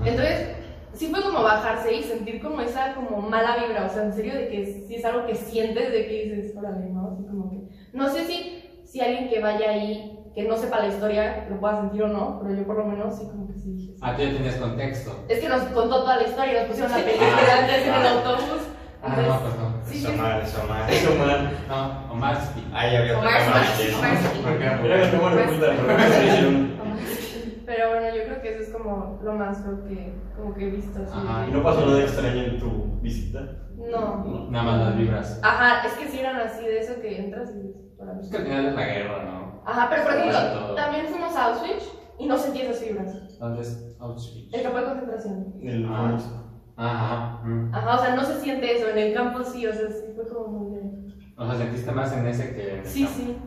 F: Entonces, sí fue como bajarse y sentir como esa como mala vibra, o sea, en serio de que sí es algo que sientes de que dices, órale, ¿no? Así como que, no sé si, si alguien que vaya ahí, que no sepa la historia, lo pueda sentir o no, pero yo por lo menos sí como que sí dije,
A: Ah, tú ya tenías contexto.
F: es que nos contó toda la historia y nos pusieron la película antes en el autobús.
A: Ah, no, pues no.
F: Sí,
C: Eso
F: sí.
C: mal, eso mal.
B: Eso mal.
A: No, Omar sí.
C: Ahí había otra
E: Omar,
C: cámara.
E: Omar, Omar, sí.
A: Porque era
B: Era la cámara
F: Pues,
B: oculta, pero no se hicieron.
F: Pero bueno, yo creo que eso es como lo más creo que, como que he visto. así.
A: Ajá.
B: ¿Y no pasó nada extraño en tu visita?
F: No.
A: nada más las vibras.
F: Ajá, es que si eran así de eso que entras y dices, "Para mí".
A: Es que al final es la guerra, ¿no?
F: Ajá, pero por
A: Exacto.
F: ejemplo, también fuimos a Auschwitz y no sentí esas fibras.
A: Entonces, Auschwitz.
F: El campo de concentración.
B: El
A: Ah.
B: famoso.
A: Ajá. mm.
F: Ajá, o sea, no se siente eso. En el campo sí, o sea, sí fue como muy bien.
A: O sea, sentiste más en ese que en el
F: Sí,
A: campo.
F: sí.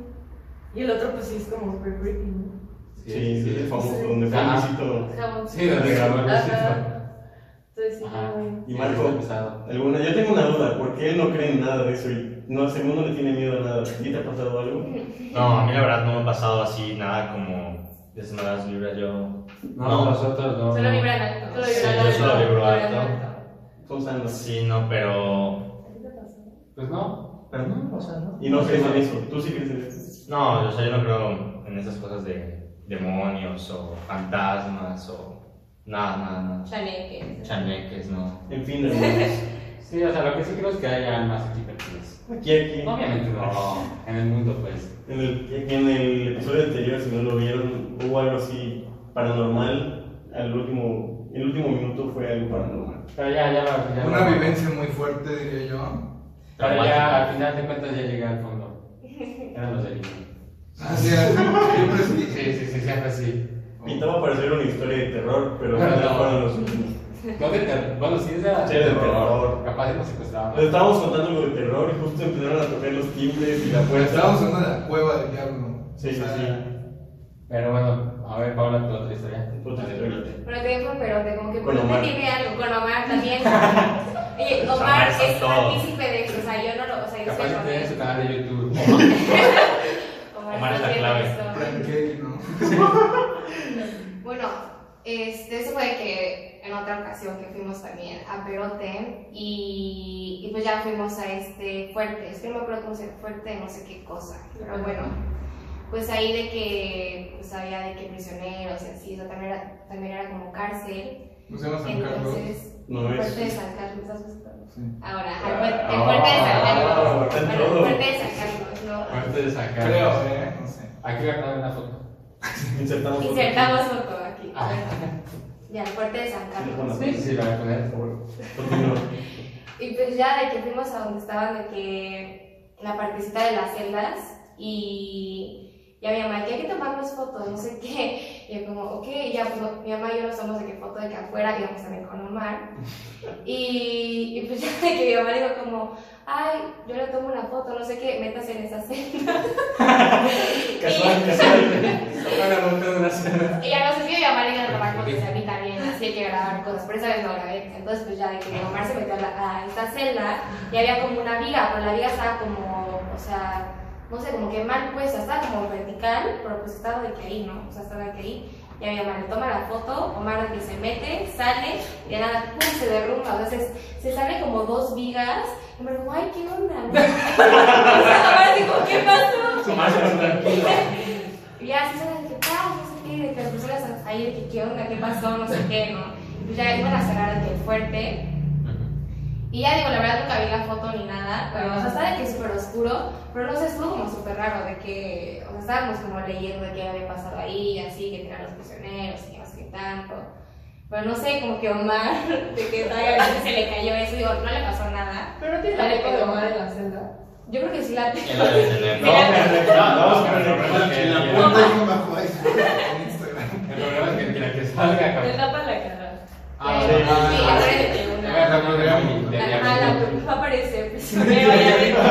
F: Y el otro, pues sí, es como super creepy, ¿no?
B: Sí, sí, el famoso,
F: Sí.
B: donde fue
A: Ah.
B: Luisito.
E: Jamón.
A: Sí, donde grabó el besito.
F: Ajá. Entonces sí,
A: Ajá.
F: muy-
B: Y Marco.
A: pesado.
B: Alguna, yo tengo una duda, ¿por qué él no cree en nada de eso? Y no, según no le tiene miedo a nada. ¿Y te ha pasado algo?
C: No, a mí la verdad no me ha pasado así nada como de esas malas vibras. Yo.
A: No,
C: No.
A: nosotros no.
E: Solo
A: no.
E: vibran alto.
F: Solo
C: Sí,
F: vibrar
C: yo solo
F: alto,
C: vibro
F: vibrar
C: alto.
B: Son sanos.
C: Sí, no, pero.
E: ¿A ti te pasó?
A: Pues no. Pero no, o sea, no.
B: Y no crees en eso. ¿Tú sí crees en eso?
C: No, o sea, yo no creo en esas cosas de demonios o fantasmas o. Nada, nada, nada.
E: Chaneque.
C: Chaneques, no.
B: En fin, hermanos.
A: Sí, o sea, lo que sí creo es que hay almas aquí perdidas.
B: Aquí, aquí.
A: Obviamente no. En el mundo, pues.
B: En el, en el episodio anterior, si no lo vieron, hubo algo así paranormal. Al último, el último minuto fue algo paranormal.
A: Pero ya, ya lo. Ya
D: Una
A: lo-
D: vivencia muy fuerte, diría yo.
A: Pero ya, al final de cuentas, ya llegué al fondo. Eran los del INE.
D: Así es, siempre sí.
A: Sí, sí, sí, siempre así.
B: Pintaba para ser una historia de terror, pero
A: Pero
B: al final
A: no.
B: fueron los últimos.
A: No de terror. Bueno, sí es de
B: Sí, de terror.
A: Capaz nos secuestraban.
B: Les estábamos contando algo de terror y justo empezaron a tocar los timbres y la
D: Pues
B: puerta.
D: estábamos en una cueva del diablo.
B: Sí, sí,
D: O sea,
B: sí.
A: Pero bueno, a ver, Paula, tu otra historia.
B: Otra historia.
E: Bueno, te dijo, pero que como que
B: Con
E: por
B: Omar.
E: qué tiene algo con Omar también. Oye, Omar
C: Omar son
E: es
C: todos.
E: partícipe de eso, o sea, yo no lo, o sea, yo
A: Capaz
E: soy
A: de tener su
E: Omar.
A: canal de YouTube.
C: Omar es la
E: sí tiene
C: clave.
E: eso.
D: plan K, ¿no?
E: Bueno, este, eso fue que en otra ocasión que fuimos también a Perote y, y pues ya fuimos a este fuerte, es que no me acuerdo cómo se fuerte, no sé qué cosa, pero bueno, pues ahí de que pues había de que prisioneros y así, o sea, también era, también era como cárcel,
D: Nos llama San Carlos.
E: entonces,
B: No es.
E: fuerte de San Carlos, ¿has visto?
D: Sí.
E: Ahora, al fuerte, el fuerte de San
B: Ah,
E: Carlos,
B: fuerte en
E: bueno, el
B: todo.
E: fuerte de San Carlos, ¿no?
A: Antes de sacar.
D: Creo, eh, no sé.
A: Aquí voy a poner una foto.
B: Insertamos. otra.
E: Insertamos foto aquí,
A: Ah.
E: ya, el fuerte de San Carlos.
A: Sí, sí, la voy a poner.
B: Continúa.
E: Y pues ya de que fuimos a donde estaban de que la partecita de las celdas y ya mi mamá, que hay que tomarnos fotos, no sé qué. Y yo como, ok, ya pues no- mi mamá y yo nos tomamos de que foto de que afuera, íbamos también con Omar. Y, y pues ya de que mi mamá dijo como, ay, yo le tomo una foto, no sé qué, métase en esa celda.
B: Casual, casual.
A: Ahora voy a poner una cena.
E: Y ya no sé si mi mamá le iba a tomar fotos a mí también, así hay que grabar cosas, pero esa vez no grabé. Entonces, pues ya de que Omar se metió a, la- a esta celda y había como una viga, pero la viga estaba como, o sea, no sé, como que mal puesta, estaba como vertical, pero pues estaba de que ahí, ¿no? O sea, estaba de que ahí. Y a mi mamá le toma la foto, Omar de que se mete, sale, y de nada, ¡pum! se derrumba. O sea, se, se sale como dos vigas. Y me dijo, ay, ¿qué onda? no?" o sea, Omar dijo, ¿qué pasó?
B: Su madre no tranquila.
E: Y ya se saben que pasa, no sé qué, de que las personas ahí de que qué onda, qué pasó, no sé qué, ¿no? Y pues ya iban a cerrar de que fuerte. Y ya digo, la verdad nunca vi la foto ni nada, pero o sea, está de que es súper oscuro, pero no sé, estuvo como súper raro, de que, o sea, estábamos como leyendo de qué había pasado ahí, así, que eran los prisioneros, y que no sé qué tanto. Pero no sé, como que Omar, de que todavía se le cayó eso, digo, no le pasó nada.
F: Pero no tiene la eco de Omar en la celda.
E: Yo creo que sí la
C: Es lo de tener.
E: No,
A: No, pero el
B: pero-
A: problema es que
C: pero-
A: el
D: Ponte ahí abajo, ahí, en Instagram.
A: problema es que la que salga
F: Te
A: capaz.
F: tapa la cara.
A: Ah,
E: sí,
A: sí.
E: acuérdate que
A: Te
E: una-
A: voy a poner una de- de-
E: Ajá, la pues,
A: de-
E: va a aparecer prisionero allá adentro.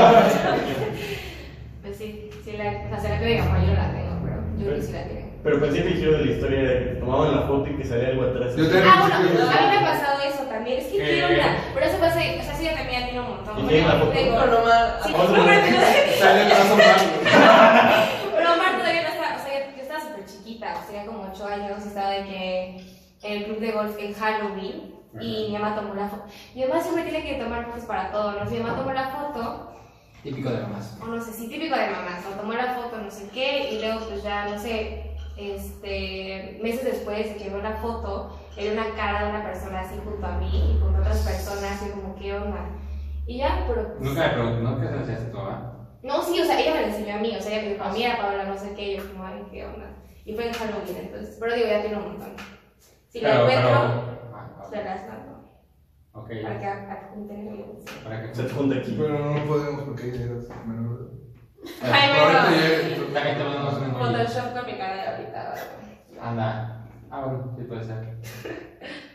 E: Pues sí, sí la, o sea, será que mi mamá yo la tengo, pero yo creo que sí la tiene.
B: Pero pensé que el giro de la historia era que te tomaban la foto y que salía algo atrás.
D: Yo te-
E: Ah, bueno, a mí me ha pasado eso también, es que quiero una, pero eso fue hace, o sea, sí, yo también ya tiene un montón.
B: ¿Y tiene la foto?
E: Tengo-
F: Con Omar.
E: Sí,
B: Otra.
E: no, pero-
D: Sale el brazo mal.
E: Pero Omar todavía no estaba, o sea, yo estaba súper chiquita, o sea, tenía como 8 años, estaba de que en el club de golf en Halloween, y mi mamá tomó la foto. Mi mamá siempre tiene que tomar fotos para todo, ¿no? Mi mamá tomó la foto,
A: Típico de mamás.
E: o no sé, sí, típico de mamás, ¿no? Tomó la foto, no sé qué, y luego pues ya, no sé, este, meses después de que veo la foto, era una cara de una persona así junto a mí y con otras personas, y como, ¿qué onda? Y ya, pero... pues,
A: Nunca le pregunté, ¿no? ¿Qué se ¿ah? lo decías a tu mamá?
E: no, sí, o sea, ella me lo enseñó a mí, o sea, ella me dijo, mira, Paola, no sé qué, y yo como, ay, qué onda. Y fue en Halloween, entonces, pero digo, ya tiene un montón. Si la encuentro,
A: Ah,
E: se las mando
A: ok,
E: para que adjunten el
A: para que
B: Se adjunta aquí.
D: Pero no podemos porque hay ideas menores.
E: Ay,
D: Pero ahorita
E: bueno.
D: ya-
A: También te mandamos un emoji.
E: Photoshop con mi cara de ahorita.
A: Anda. Ah, bueno, sí puede ser.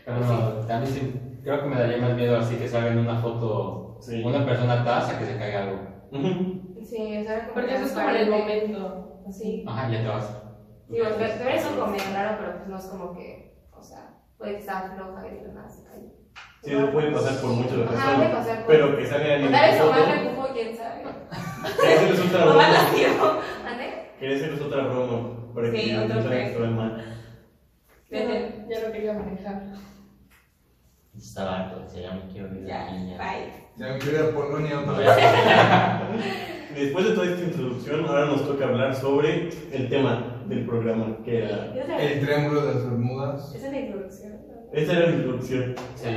A: Pero no, a mí sí, creo que me daría más miedo así que salga en una foto
B: Sí.
A: una persona atrás a que se caiga algo.
B: Ujú.
E: Sí, o sea, como
F: Porque
E: que
F: eso es como en el momento.
E: Sí.
A: Ajá, ya te vas.
E: Digo, pero pero eso como medio raro, pero pues no es como que, o sea, puede que estaba floja y de la nada se cayó.
B: Sí, eso puede pasar por muchas
E: Ajá, puede
B: personas.
E: pasar por...
B: Pero que salga en
E: O tal
B: la
E: vez Omar la
B: foto,
E: empujó, quién sabe.
B: que ese no es otra
E: Omar
B: broma.
E: la tiró. ¿Ande?
B: Que ese no es otra broma. Para
E: Sí,
B: que no
E: otro
B: salga
E: prank.
B: todo el mal.
F: Ya, ya no quería manejar.
C: Estaba harto, decía, ya me quiero ir de
E: Ya,
C: aquí, ya.
E: bye.
D: Ya me quiero ir a Polonia otra
C: No,
D: vez.
C: ya.
B: Después de toda esta introducción, ahora nos toca hablar sobre el tema del programa, que era...
E: Y otra vez,
D: El triángulo de las Bermudas.
E: esa es la introducción. ¿no?
B: Esta era la introducción.
A: Sí.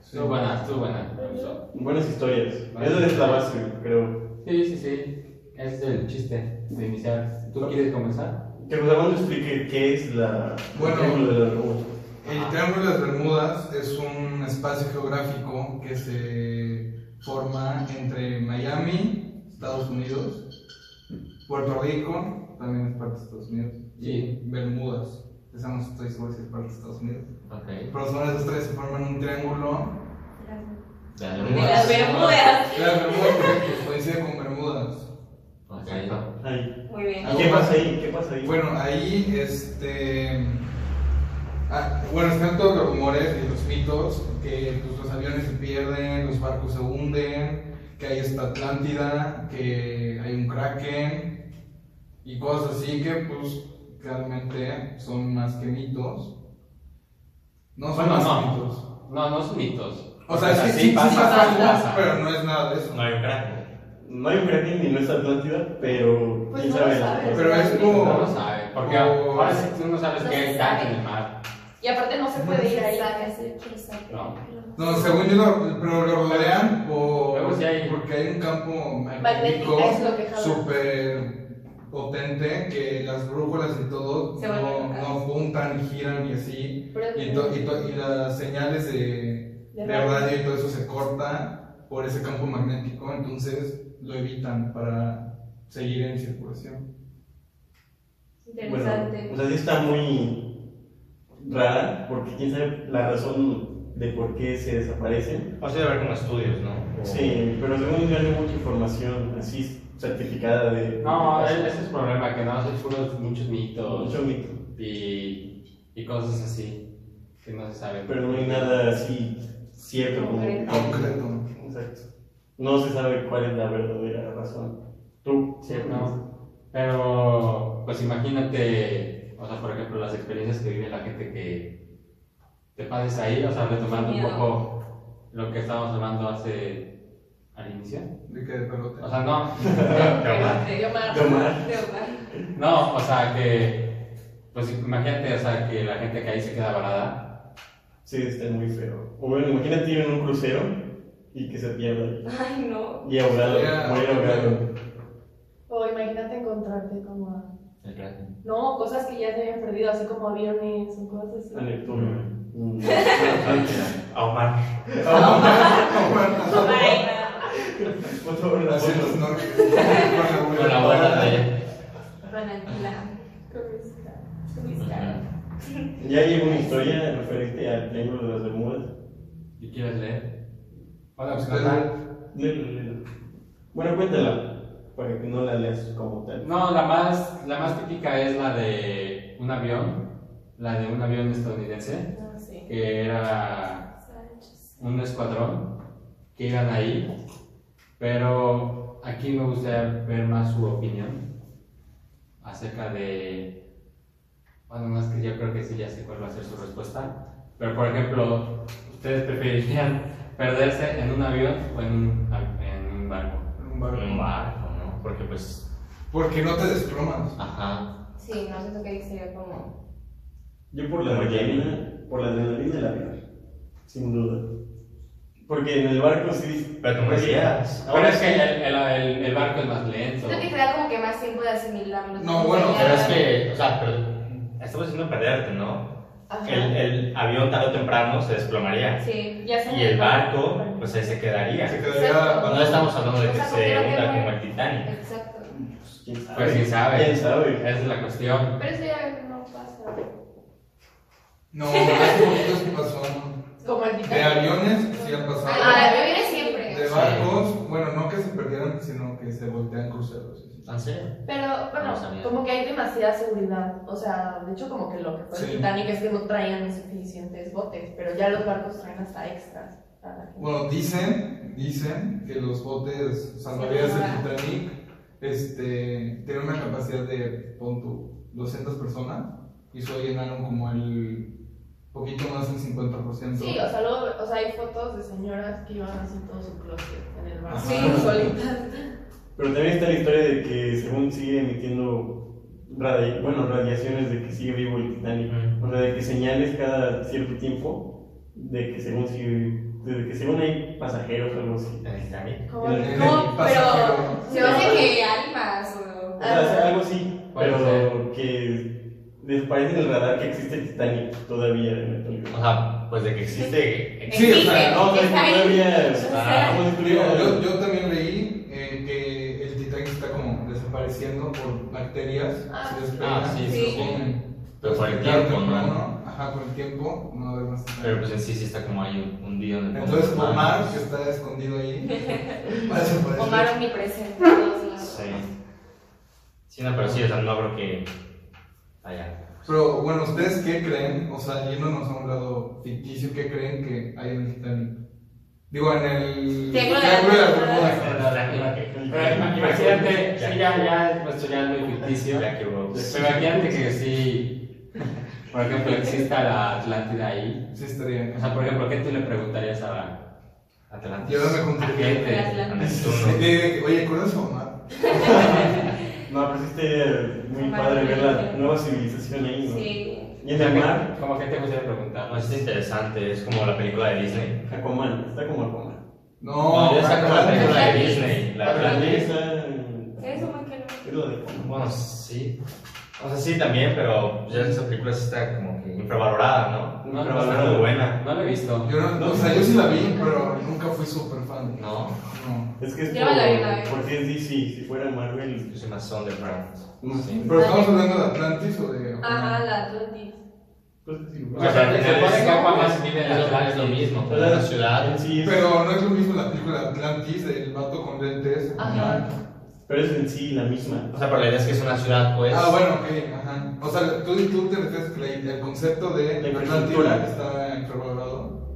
A: Estuvo buena, estuvo buena. Me gustó.
B: Buenas historias. Esa es la base, creo.
A: Sí, sí, sí. Ese es el chiste de iniciar. ¿Tú quieres comenzar?
B: Que José Armando explique qué es la...
D: Bueno.
B: el triángulo de la broma.
D: El Triángulo de las Bermudas es un espacio geográfico que se forma entre Miami, Estados Unidos, Puerto Rico, también es parte de Estados Unidos,
A: Sí.
D: y Bermudas. Esa no estoy seguro si es parte de Estados Unidos.
A: Ok.
D: Pero son esos tres, se forman un triángulo.
C: Ya,
D: De
C: ya.
E: De las Bermudas.
D: Las Bermudas correcto, coincide con Bermudas.
C: Ok.
B: Ay.
E: Muy bien.
B: ¿Y ¿Qué pasa ahí? ¿Qué pasa ahí?
D: Bueno, ahí, este. ah, bueno, están todos los rumores y los mitos: que pues, los aviones se pierden, los barcos se hunden, que ahí está Atlántida, que hay un Kraken y cosas así que, pues, realmente son más que mitos. No son
A: Bueno,
D: más
A: no.
D: que mitos.
A: No, no son mitos.
D: O sea, sí, sí, sí pasa, pero no es nada de eso.
C: No hay un crack.
B: No hay un Kraken ni no es Atlántida, pero
E: Pues
B: quién
E: no
B: sabe
E: lo
B: las
E: sabes.
B: cosas.
D: Pero es como.
A: No lo sabe. Porque
D: Oh.
A: ahora sí tú no sabes
E: No
A: qué
E: se
A: hay
E: sabe.
A: en el mar.
F: Y aparte no se puede ir
E: Quién
F: ahí.
E: sabe, así, quién sabe.
A: No.
D: No, según yo, lo- pero lo rodean por,
A: Luego sí hay-
D: porque hay un campo magnético
F: Magnética es lo que jala.
D: súper potente que las brújulas y todo
F: Se
D: no,
F: vuelven locas.
D: no juntan, giran y así.
F: Pero-
D: Y, to- y to- y las señales de, de
F: De
D: radio y todo eso se corta por ese campo magnético, entonces lo evitan para seguir en circulación.
B: Bueno,
F: Interesante.
B: o sea, sí está muy rara, porque quién sabe la razón de por qué se desaparecen.
C: O sea, debe haber como estudios, ¿no? O-
B: Sí, pero según yo no hay mucha información así certificada de...
A: No,
B: de-
A: ese es el problema, que no se puros muchos mitos
B: Mucho mito,
A: y, y cosas así que no se saben.
B: pero no hay nada así cierto como...
E: Concreto.
D: Concreto.
B: Exacto. No se sabe cuál es la verdadera razón. Tú,
A: Sí, no. Pero, pues imagínate, o sea, por ejemplo, las experiencias que vive la gente que te pases ahí, o sea, retomando un
E: Miedo.
A: poco lo que estábamos hablando hace al inicio.
D: De que de pelote.
A: O sea, no,
F: De Omar.
B: De Omar.
F: De Omar.
A: no, o sea, que, pues imagínate, o sea, que la gente que ahí se queda varada.
B: Sí, está muy feo. O bueno, imagínate ir en un crucero y que se pierda.
E: Ay, no.
B: Y ahogado,
D: Ya.
B: morir ahogado.
F: O Oh, imagínate encontrarte como. a-
C: El crack.
F: No, cosas que ya se habían perdido, así como aviones o cosas
B: A
F: así.
B: Neptuno. Mm.
C: A Omar.
E: Ay,
B: Otro abrazo.
D: Haciendo snorkel. Con la
A: Con
D: bola.
A: la bola de allá.
E: no. Tranquila.
F: Con mis caras.
E: Con mis caras.
B: Ya llegó una historia referente al Triángulo de las Bermudas.
A: ¿Y quieres leer? Hola, pues,
D: Ustedes-
A: ¿cómo
B: Bueno, cuéntala, para que no la leas como tal.
A: No, la más, la más típica es la de un avión, la de un avión estadounidense,
F: No sé.
A: que era
E: Sánchez.
A: un escuadrón que iban ahí, pero aquí me gustaría ver más su opinión acerca de, bueno, más que yo creo que sí, ya sé cuál va a ser su respuesta, pero por ejemplo, ¿Ustedes preferirían perderse en un avión o en un, av- en un barco?
D: en un
C: En un
D: barco.
C: barco, ¿no? Porque pues,
D: Porque no te desplomas.
C: ajá.
E: Sí, no siento que sería como.
B: Yo por la adrenalina, por la adrenalina del avión, sin duda. Porque en el barco sí. pues,
C: Pero te morías.
A: Bueno, es que el, el- el- el barco es más lento.
E: Siento que te da como que más tiempo de asimilarlo.
D: No, bueno,
C: Pero es que, o sea, pero estamos diciendo perderte, ¿no?
E: Ajá.
C: El, el avión tarde o temprano se desplomaría.
E: Sí, ya se
C: Y el barco, pues ahí se quedaría.
D: Se quedaría.
C: No estamos hablando de que
E: O sea, porque
C: se
E: no
C: hunda
E: quiero-
C: como el Titanic.
E: Exacto.
B: Pues quién sabe.
A: Pues quién sabe.
B: Quién sabe.
A: Esa es la cuestión.
E: Pero eso ya no pasa.
D: No, hace poquito sí pasó.
F: Como el
D: De
F: Titanic.
D: aviones sí ha pasado.
E: Ah, yo viene siempre.
D: De barcos, bueno, no que se perdieran, sino que se voltean cruceros. sí, sí.
C: ¿En serio?
F: Pero bueno,
C: No sabía.
F: como que hay demasiada seguridad. O sea, de hecho, como que lo que fue el
D: Sí.
F: Titanic es que no traían suficientes botes, pero ya los barcos traen hasta extras. para la gente.
D: Bueno, dicen, dicen que los botes salvavidas del Titanic este, tienen una capacidad de, pon tú, 200 personas y solo llenaron como el poquito más del 50%.
F: Sí, o sea, luego, o sea, hay fotos de señoras que iban así todo su closet en el barco.
E: Sí, solita.
B: Pero también está la historia de que según sigue emitiendo radi- bueno, radiaciones de que sigue vivo el Titanic.
C: Mm.
B: O sea, de que señales cada cierto tiempo de que según sigue, desde que según hay pasajeros o algo así.
C: ¿En el Titanic?
F: Como,
D: El- el
F: como-
D: pasajero.
F: pero
E: Se
F: se
E: me
F: va
E: hace que almas o.
B: O sea, es algo así,
A: Puede
B: pero que desaparece del radar que existe el Titanic todavía en la actualidad.
C: O sea, pues de que existe.
D: Sí, o sea,
B: No, o sea, que
E: Está ahí.
B: todavía
D: Ah.
C: sea,
B: estamos
D: Digo, yo,
B: estudiando.
D: yo también leí eh, que el Titanic está como desapareciendo por bacterias.
F: Ah,
D: se despegan,
A: ah, sí,
D: se
E: sí.
D: lo comen.
C: Pero por el
D: Entonces, tarde o
C: tiempo, ¿no?
D: temprano, Ajá, por el tiempo, no va a haber más Titanic.
C: Pero pues en sí sí está como ahí hundido en el fondo
D: Entonces
C: del mar.
D: Omar, que está escondido ahí, va a desaparecer.
E: Omar omnipresente. en todos lados.
C: Sí. Sí, no, pero sí, o sea, no creo que. Allá.
D: Pero bueno, ¿ustedes qué creen? O sea, yéndonos a un lado ficticio, ¿qué creen que hay en el Titanic? Digo, en el.
E: Triángulo de
D: Triángulo
E: las
D: Bermudas.
A: Pero ima- imagínate, sí, ya, ya, pues ya es muy ficticio.
C: Ya que
A: Pero
C: Rose.
A: imagínate que sí, por ejemplo, exista la Atlántida ahí.
D: Sí, estaría.
A: O sea, por ejemplo, ¿qué tú le preguntarías a
C: Atlantis.
D: Yo no me
A: la
D: contaría.
A: gente?
C: A
D: Le
C: Neptuno.
D: diré, Eh, Oye, ¿conoces a Omar?
B: No, pero sí estaría muy padre ver la nueva civilización ahí, ¿no?
E: Sí.
B: Y en el mar,
A: ¿Cómo que te gustaría preguntar?
C: No, es interesante, es como la película de Disney.
B: Aquaman, está como Aquaman.
D: No,
C: es como la
D: Atlantis.
C: película de Disney. La
B: La
C: verdad.
B: realeza,
E: Eso muy que no.
B: Es lo de
C: Bueno, sí. O sea, sí también, pero ya esa película sí está como que infravalorada, ¿no?
A: No,
C: Pero
A: no,
C: está muy
A: no.
C: buena.
A: No lo he visto.
D: Yo no, o sea, yo sí la vi, pero nunca fui súper fan.
C: No,
D: No.
B: Es que es
E: Yo me la vi una
B: por-
E: vez.
B: porque es DC, si fuera Marvel.
C: yo soy más underground. Sí.
D: Pero estamos hablando de Atlantis o de.
F: Ajá, la Atlantis.
B: Pues, sí,
A: O
B: güey.
A: sea, al final es
C: Es-
A: Aquaman vive en
C: es lo-
A: Atlántida.
C: es lo mismo,
B: O
C: pero
B: sea,
C: la ciudad.
B: en sí es-
D: Pero no es lo mismo la película Atlantis, del vato con lentes.
F: Ajá.
B: pero es en sí la misma.
C: O sea, pero la idea es que es una ciudad, pues.
D: Ah, bueno, ok, ajá. O sea, tú, tú te refieres que la- el concepto de
B: La
D: Atlántida
B: infraestructura.
D: está infravalorado.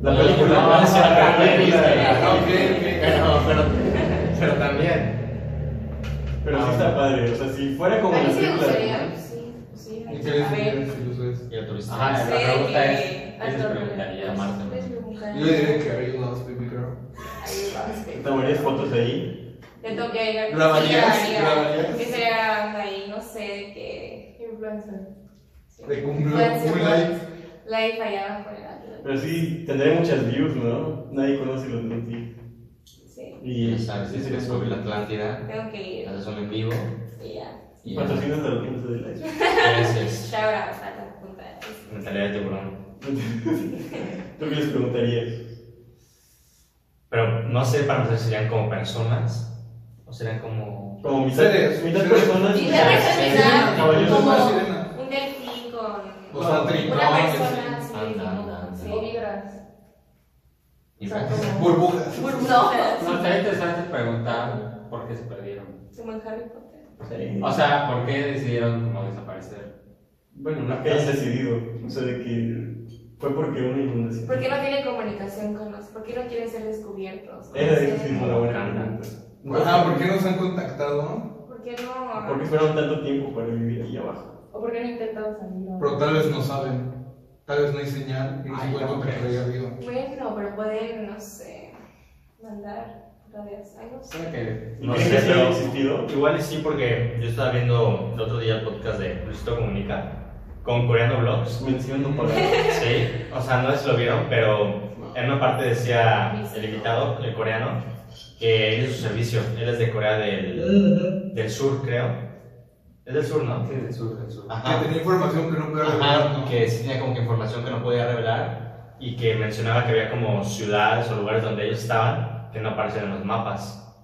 B: La
C: No,
B: película.
C: no, no, sí, la película.
D: Ah, ok, ok.
C: Pero, pero, pero también.
B: Pero sí está padre. O sea, si fuera como
E: A
B: la
E: mí sí me
B: película.
E: gustaría. pues Sí, sí.
D: ¿Y qué les
E: A ver.
D: dirías si los ves?
C: Y el turista.
A: Ajá,
E: Sí,
A: la pregunta es,
E: que-
A: ¿qué les preguntarías?
C: Marte,
E: Pues me gustaría-
D: Yo le diré que are you lost, baby girl.
E: Ahí va, sí.
B: Te tomarías fotos ahí.
E: Le tengo que ir a-
D: ¿Grabarías?
E: Sí, grabaría.
D: ¿Grabarías?
E: Que sea este, ahí, no sé, de que.
F: Influencer.
D: De cum-
E: Pueden ser
D: cum
E: live.
D: life.
E: Live allá abajo en la Atlántida.
B: Pero sí tendré muchas views, ¿no? Nadie conoce los Atlantis.
E: Sí.
B: Y
C: Y sabes, dice que descubre la Atlántida.
E: Tengo que ir.
C: Haces un en vivo.
E: Y ya.
C: Y
B: Patrocinas a los gente de live.
C: veces.
E: Shout out a la punta de Atlas.
C: Mentalidad de tiburón.
B: ¿Tú qué les preguntarías?
C: Pero no sé para nosotros si serían como personas o serían como.
B: Como mitad,
D: Seres,
B: mitad
D: seres.
B: personas.
E: Y
B: mitad
E: la personalidad,
B: caballeros.
E: como-
D: una sirena.
E: Un delfín con.
D: O sea,
E: Una
D: tricones.
E: persona así.
C: Anda, anda, anda.
F: O
E: Sí.
F: vibras.
C: Y
F: O sea,
C: pues,
F: como-
D: Burbujas.
E: No,
A: No, estaría interesante preguntar por qué se perdieron.
E: como en Harry Potter.
B: Sí.
A: O sea, ¿por qué decidieron como desaparecer?
B: Bueno, no que hayan decidido. O sea, de que fue porque una inundación.
E: ¿Por qué no tienen comunicación con nosotros? ¿Por qué no quieren ser descubiertos?
B: Esa es
E: Sí.
B: sí, una buena pregunta.
D: Ajá, ¿por qué nos han contactado?
E: ¿Por qué no?
B: Porque fueron tanto tiempo para vivir ahí abajo.
F: ¿O por qué no intentan salir?
D: Pero tal vez no saben. Tal vez no hay señal y no se
A: Ay,
D: puede
A: no
D: contactar ahí
A: crees.
D: arriba.
E: Bueno, pero pueden, no sé, mandar radiación. Ay, no sé.
A: Creo que-
B: ¿Y
C: No
B: creen
C: sé,
B: que sí
C: pero-
B: ha existido?
C: Igual y sí, porque yo estaba viendo el otro día el podcast de Luisito Comunica con Coreano Vlogs.
B: Mención no pagada.
C: Sí, o sea, no sé si lo vieron, pero en una parte decía el invitado, el coreano, que él es su servicio. Él es de Corea del, del Sur, creo. Es del Sur, ¿no?
A: Sí, del sur, del sur.
D: Que tenía información que no puede revelar,
C: Ajá,
D: ¿no?
C: que sí tenía como que información que no podía revelar y que mencionaba que había como ciudades o lugares donde ellos estaban que no aparecen en los mapas.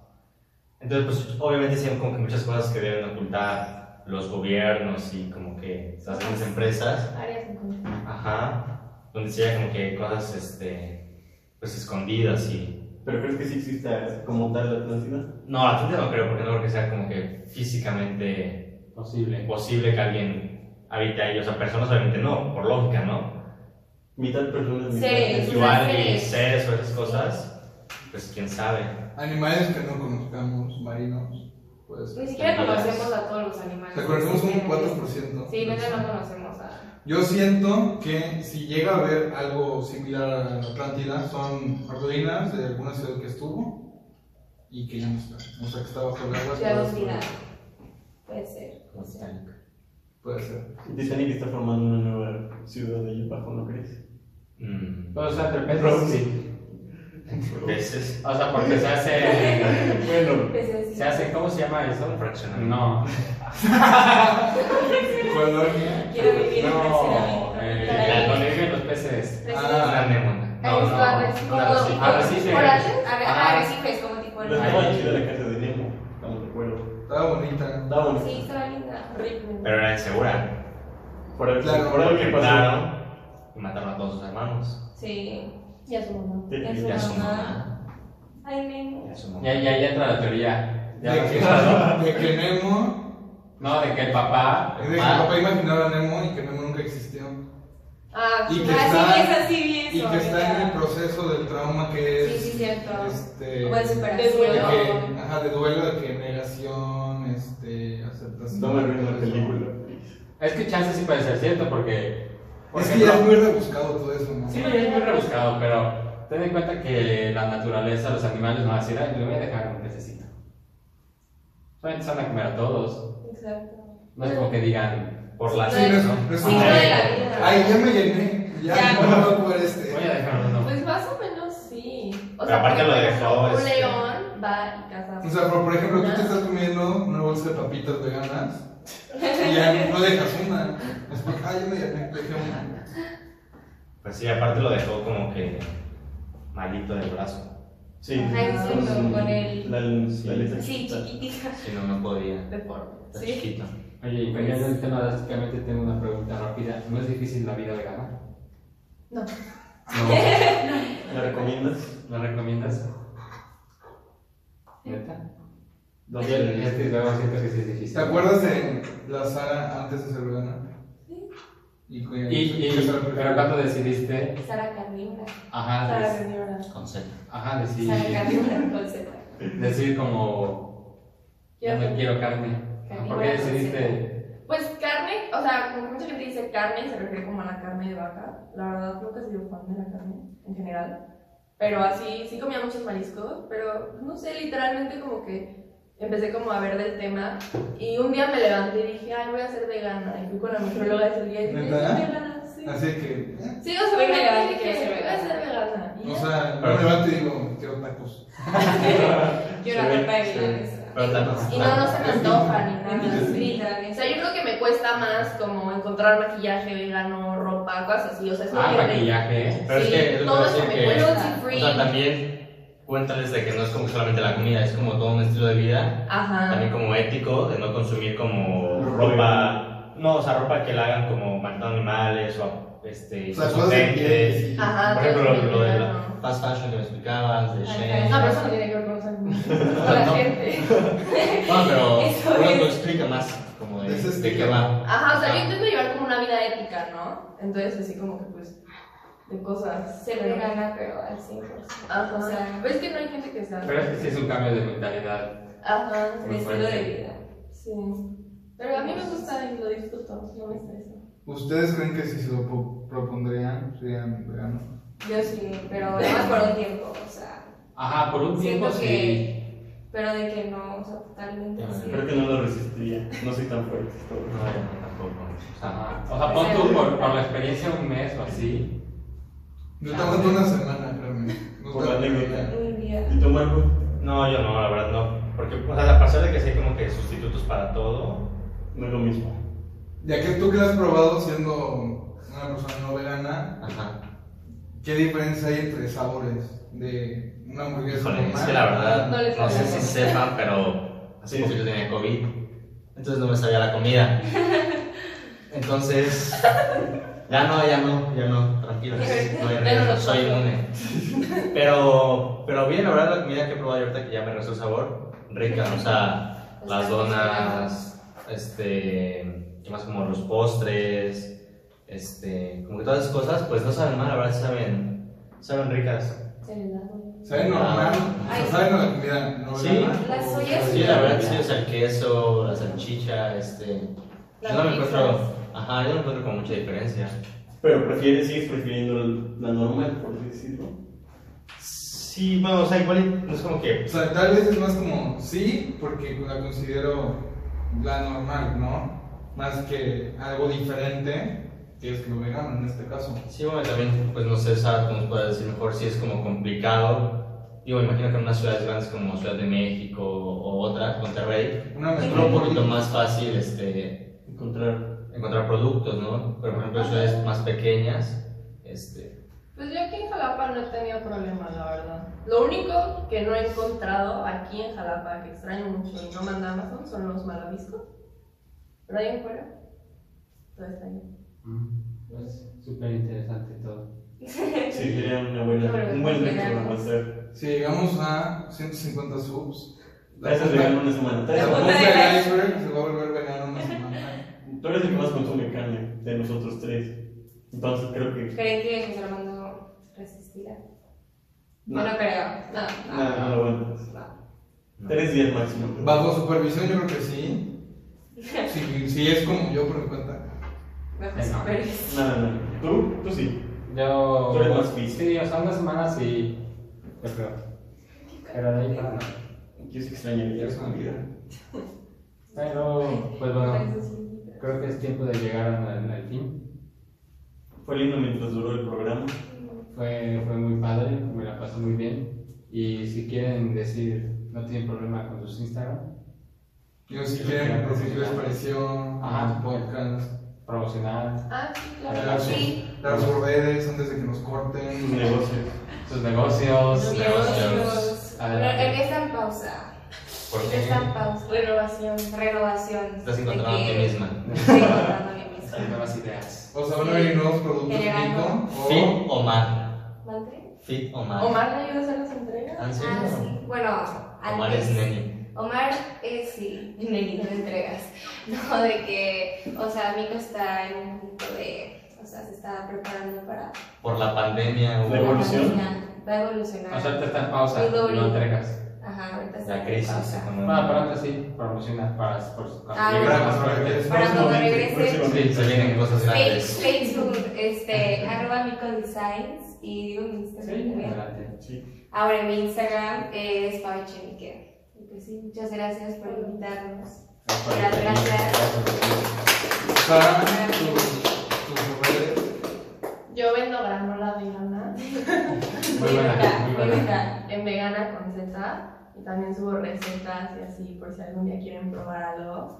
C: Entonces, pues obviamente sí hay como que muchas cosas que deben ocultar los gobiernos y como que las grandes empresas,
E: Áreas en común.
C: ajá, donde sí hay como que cosas este, pues escondidas y...
B: ¿Pero crees que sí exista como tal la Atlántida?
C: No, la gente no creo, porque no creo que sea como que físicamente
A: Posible.
C: imposible que alguien habite ahí, o sea, personas obviamente no, por lógica, ¿no?
B: Mitad personas,
E: Sí.
B: mitad.
E: Es
C: igual
E: una
C: y
E: serie.
C: seres o esas cosas, pues quién sabe.
D: Animales que no conozcamos, marinos, pues.
E: Ni siquiera conocemos a todos los animales.
D: Te conocemos un
E: Sí,
D: 4%.
E: Sí, neta, no conocemos a.
D: Yo siento que si llega a haber algo similar a la Atlántida, son ruinas de alguna ciudad que estuvo y que ya no está. O sea, que está bajo el agua.
E: Ciudad
D: puede-
E: olvidada. Puede ser. o sea.
D: Puede ser.
B: Dicen que está formando una nueva ciudad de ahí abajo, ¿no crees?
C: Mm,
A: Pero, o sea, de repente
B: Pero-
A: sí.
C: veces.
A: O sea, porque se hace.
B: Bueno,
E: Pues,
A: Se hace, ¿cómo se llama eso?
C: Fraccionamiento.
A: No.
D: Colonia.
E: Quiero vivir en
A: No.
E: fraccionamiento.
A: eh,
E: Para
A: la-
E: vivir.
A: Donde viven los peces.
D: Ah,
C: Una anémona.
E: Ahí pues,
C: No, no,
E: está,
C: una
E: como
C: arrecife.
E: tipo-
A: arrecife.
E: por arce- arre-
A: Ah.
E: arrecifes, como tipo
B: no
E: de-
B: estaba chida la casa de Nemo, estamos de acuerdo.
D: Estaba bonita.
B: Estaba bonito.
E: Sí, estaba linda.
C: Pero era insegura.
B: Por ahí,
D: Claro.
B: por algo
C: Porque
B: que pasó.
C: mataron y mataron a todos sus hermanos.
E: Sí. Y a su mamá.
B: Sí,
E: Y
C: Y a
E: a
C: su
E: su mamá.
C: mamá.
E: Ay,
C: y
E: Nemo.
C: a su mamá.
A: Ya, ya, ya entra la teoría. Ya
D: De
A: lo
D: que,
A: que pasó.
D: de que Nemo.
A: No, de que el papá.
D: De que el
A: Ah,
D: papá imaginaba a Nemo y que Nemo nunca existió.
F: Ah,
D: Y que
E: Ah, sí,
D: está-
E: esa sí vi
D: Y
E: eso,
D: que está en el
E: ¿verdad?
D: proceso del trauma que es.
E: Sí, sí, cierto.
D: Este,
E: O de superación.
F: De
D: de
F: duelo.
D: que- ajá, de duelo, de que negación, este, aceptación.
B: No me arruines la película.
A: Es que chance sí puede ser cierto porque. por
D: Es que
A: ejemplo,
D: ya es muy rebuscado todo eso, ¿no?
A: Sí, es muy rebuscado, pero ten en cuenta que la naturaleza, los animales van a decir, ay, le voy a dejar un pececito. Solamente se van a comer a todos.
E: Exacto.
A: No es como que digan,
C: Por la
D: Sí, no es- no es-
E: Ciclo de la vida.
D: Ay, ya me llené. Ya,
E: Ya.
D: no me voy a jugar
A: voy
D: este.
A: a dejar uno.
F: Pues más o menos sí. O
C: Pero aparte
F: por
C: lo
F: ejemplo,
C: dejó,
F: Un
C: este-
F: león va y caza.
D: O sea, pero, por ejemplo, tú te estás comiendo una bolsa de papitas veganas y ya no dejas una. Es porque, ay, ya me llené, dejé una.
C: Pues sí, aparte lo dejó como que malito del brazo.
B: Sí.
E: Ay, sí,
B: Entonces,
E: con- con el-
B: La, la letra
E: Sí,
B: chiquita.
E: chiquitita.
C: Si no, no podía.
F: Deforme.
C: Está
F: Sí.
C: chiquito.
A: Oye, y cambiando el tema drásticamente, tengo una pregunta rápida. ¿No es difícil la vida vegana?
E: No.
A: No.
B: ¿La recomiendas?
A: ¿Lo recomiendas? ¿Neta?
B: Dos
A: Yo- es que luego siento que sí es difícil.
D: ¿Te acuerdas de la Sara antes de ser vegana? Y, que-
A: Y,
D: que
A: y,
D: Sara
A: pero
D: prefería-
A: cuando decidiste,
E: Sara Carnívora.
C: Ah,
A: ajá,
F: Sara
A: des-
F: Carnívora.
C: Con Z.
A: ajá,
E: Sara
A: decidir,
E: Carnívora con Z.
A: decir como, ya no quiero carne. ¿Por qué decidiste?
F: Pues carne, o sea, como mucha gente dice carne y se refiere como a la carne de vaca. La verdad, nunca he sido fan de la carne en general. Pero así, sí comía muchos mariscos, pero no sé, literalmente como que empecé como a ver del tema. Y un día me levanté y dije, ay, voy a ser vegana. Y fui con la nutrióloga ese día y dije,
D: ¿Verdad?
F: soy vegana, sí.
D: Así que, eh,
F: Sí, o sea,
E: Soy
F: me
E: vegana y
F: levanté y
E: quiero
F: dije,
E: ser
F: voy a ser vegana. Y
D: o
F: ya.
D: sea, no me levanto y digo, quiero tacos.
E: Quiero la ropa de violencia.
C: Pero tampoco.
F: Y no, no se me antoja ni nada.
E: Sí,
F: Sí. O sea, yo creo que me cuesta más como encontrar maquillaje vegano, ropa, cosas así. O sea, es lo
A: Ah,
F: que me-
A: maquillaje.
C: Pero es
F: Sí,
C: que es lo que
F: todo eso
C: decía
F: me
C: que-
F: cuesta.
C: O sea, también cuéntales de que no es como solamente la comida, es como todo un estilo de vida,
F: Ajá.
C: también como ético, de no consumir como
B: Ropa
C: ropa, no, o sea, ropa que la hagan como matando animales o este,
D: O sea, cosas de
C: inocentes.
D: piel, sí.
F: Ajá.
C: Por ejemplo,
F: todo
C: lo,
F: eso
C: lo de la
F: vegano.
C: fast fashion que me explicabas, de
E: Ajá.
C: Shane.
F: No, pero eso no tiene que ver con los animales. Con la
C: No.
F: gente.
C: No, pero
E: Eso
C: bueno,
E: es.
C: lo explica más, como de,
D: Ese Ah. es
C: de
D: que-
C: qué va.
F: Ajá, o sea, yo intento llevar como una vida ética, ¿no? Entonces, así como que pues, de cosas.
E: Ser vegana, pero al 100%.
F: Ajá.
E: O sea, pues,
F: pero es que no hay gente que sea.
A: Pero es que sí es un cambio de mentalidad.
F: Ajá.
E: mi estilo de vida.
F: Sí. Pero a mí me gusta y lo disfruto, no me estresa.
D: ¿Ustedes creen que si se lo po- propondrían, serían veganos?
F: Yo sí, pero nada más por un tiempo, o sea.
A: Ajá, por un tiempo
F: Siento
A: sí.
F: que. Pero de que no, o sea, totalmente
C: Ah,
F: así.
B: Creo que no lo resistiría. No soy tan fuerte.
C: No, yo tampoco. O sea,
D: Ah.
A: Ajá. O sea, pon tú por, por la experiencia un mes o así.
D: Yo te aguanto una semana, créeme. No
B: Por
D: te
B: la
D: voy a
B: anécdota.
D: engañar.
F: Un día.
B: ¿Y tú, Marco?
C: no, yo no, la verdad no. Porque, o sea, a pesar de que sí hay como que sustitutos para todo,
B: No es lo mismo.
D: Ya que tú que has probado siendo una persona no vegana,
C: ajá.
D: ¿qué diferencia hay entre sabores de una hamburguesa
C: Híjole, es
D: normal?
C: que la verdad,
F: No les
C: no sé si
F: sabemos.
C: sepan, pero hace
B: Sí.
C: poco yo tenía COVID, entonces no me sabía la comida. Entonces, ya no, ya no, ya no, tranquilos, no hay
F: Ya no
C: riesgo,
F: nos
C: soy
F: pasó.
C: inmune. Pero, pero bien, la verdad, la comida que he probado y ahorita que ya me rezó el sabor, rica, o sea, las donas, este, ¿qué más? Como los postres, este, como que todas esas cosas, pues no saben mal, la verdad, sí saben, saben ricas.
E: Se le da, güey.
D: ¿Saben normal?
E: Ay, sí.
D: ¿Saben a la comida no
C: Sí.
D: vegana?
E: Las
D: ¿O
E: ollas
D: saben
C: Sí, la verdad que sí,
D: normal?
C: o sea, el queso, la salchicha, este...
E: Las
C: Yo no me
E: pizzas.
C: encuentro... Ajá, yo no encuentro con mucha diferencia.
B: Pero prefieres, sigues prefiriendo la normal, por decirlo.
C: Sí, bueno, o sea, igual no es como que...
D: O sea, tal vez es más como sí, porque la considero la normal, ¿no? Más que algo diferente, que es lo vegano en este caso.
C: Sí, bueno, también, pues no sé, sabe cómo puedes decir mejor si es como complicado. Digo, imagino que en unas ciudades grandes como Ciudad de México o otra, Monterrey,
D: Una
E: Ah,
C: es como un poquito
D: metrópoli.
C: más fácil, este...
B: Encontrar.
C: Encontrar productos, ¿no? Pero, por ejemplo, en ciudades más pequeñas, este...
F: Pues yo aquí en Jalapa no he tenido problema, la verdad. Lo único que no he encontrado aquí en Jalapa, que extraño mucho y no manda Amazon, son los malabiscos. Pero ahí en fuera, todo está bien.
D: Mm, pues,
A: Es súper interesante todo.
B: Sí, sería una buena, un buen reto para hacer.
D: Si llegamos a 150 subs, la
B: Eso
D: punta-
B: sería una semana.
D: la
F: La
D: punta
F: punta
D: del
F: del
D: iceberg se va a volver vegana una semana.
B: Tú eres el que más consume carne de nosotros tres. Entonces creo que.
E: ¿Creen que José Armando resistirá?
B: No,
E: Yo no creo.
F: Nada, nada.
B: no, no lo aguantas.
F: nada.
C: no.
B: Tres días máximo.
D: Bajo supervisión, yo creo que sí. Si, si es como yo por mi cuenta.
F: Mejor
A: Sí, no.
F: super.
B: Nada, no. ¿Tú? Tú sí.
A: Yo.
B: Tú eres más fit.
A: Sí, o sea, unas semanas y. Yo creo. Pero de ahí para no.
B: Yo sí extrañaría esa comida.
A: Pero, pues bueno, creo que es tiempo de llegar al, al fin.
B: Fue lindo mientras duró el programa.
A: Fue, fue muy padre, me la pasé muy bien. Y si quieren decir, no tienen problema con sus Instagram,
D: Yo si quieren, porque qué les pareció,
A: Ajá.
D: los podcasts.
A: promocionar
F: Ah, sí,
A: Claro,
F: claro.
A: sí.
F: Sí.
D: Dar sus redes antes de que nos
B: Sus
D: corten.
B: negocios.
A: sus negocios.
C: Los
A: Pues,
C: negocios.
E: Pues, Pero empieza en pausa.
C: ¿Por qué?
E: Empieza en pausa.
F: Renovación.
E: Renovación.
C: Estás encontrando a
E: De
C: ti
E: que-
C: misma.
E: Estoy encontrando a mí misma.
A: Nuevas ideas.
D: O sea, van a venir nuevos productos
E: Generando.
D: Nico, o-
C: Fit o mal.
E: ¿Mantre?
C: Fit o mal.
F: Omar le ayuda a hacer las entregas.
C: ¿Han sido?
E: Ah, sí. Bueno,
C: Omar
E: antes-
C: es nene.
E: Omar es sí, nenito de entregas. No, de que, o sea, Mico está en un punto de, o sea, se está preparando para
C: Por la pandemia
B: La
C: hubo
B: evolución.
E: Va a evolucionar.
A: O sea, te está en pausa,
E: Muy doble.
A: no entregas.
E: Ajá, ahorita está
C: la crisis
F: Ah,
E: pausa.
A: Bueno, pero
C: económica.
A: antes sí, promociona para, por-
E: Ah,
A: llegar
D: para
A: más
D: cuando
A: fuerte.
D: regrese.
E: Para cuando
B: Próximamente,
E: regrese.
B: próximamente.
C: Sí, se vienen cosas
E: Fe-
C: grandes.
E: Facebook, este, arroba Mico Designs y digo mi
A: Sí,
E: Instagram también.
A: adelante.
B: Sí.
E: Ahora mi Instagram es Fabi Chenique. Y pues sí, muchas gracias por invitarnos. Gracias.
D: O sea, tus tus redes.
F: Yo vendo granola vegana.
A: Muy buena, muy
F: Muy
A: buena.
F: vegana. En vegana con Z. Y también subo recetas y así por si algún día quieren probar algo.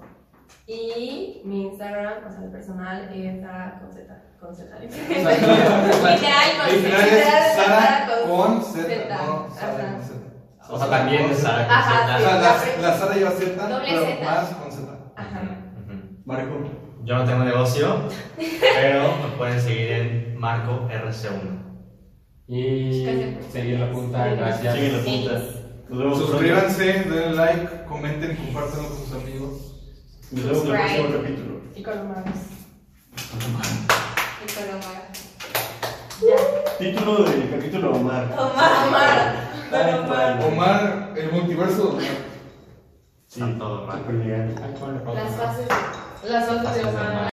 F: Y mi Instagram, o sea, el personal, es Sara con Z. Con Z.
D: O sea,
F: Literal con
D: Literal es
F: literal,
D: Sara
F: Sara
D: con
F: Z,
D: Z, no Sara
F: pues. ajá.
D: con Z.
C: O sea, también Sara
D: O
F: Ajá,
C: con
D: sea,
C: Z.
F: sí.
D: la, la Sara lleva Z,
E: Doble
D: pero
E: Z.
D: más con Z.
F: Ajá.
C: Ujú.
B: Marco.
C: Yo no tengo negocio, pero me pueden seguir en Marco RC1.
A: Y seguir la punta, gracias.
B: Sigue la punta. Nos vemos pronto.
D: Suscríbanse, denle like, comenten, compártanlo con sus amigos.
B: Nos vemos en el próximo capítulo.
F: Y con humanos.
E: Y con Omar.
B: Título del capítulo Omar.
F: Omar, Omar.
B: Tal cual.
D: Omar, el multiverso.
B: Sí,
C: Está todo mal.
B: súper legal.
E: Las fases.
F: Las otras de Omar.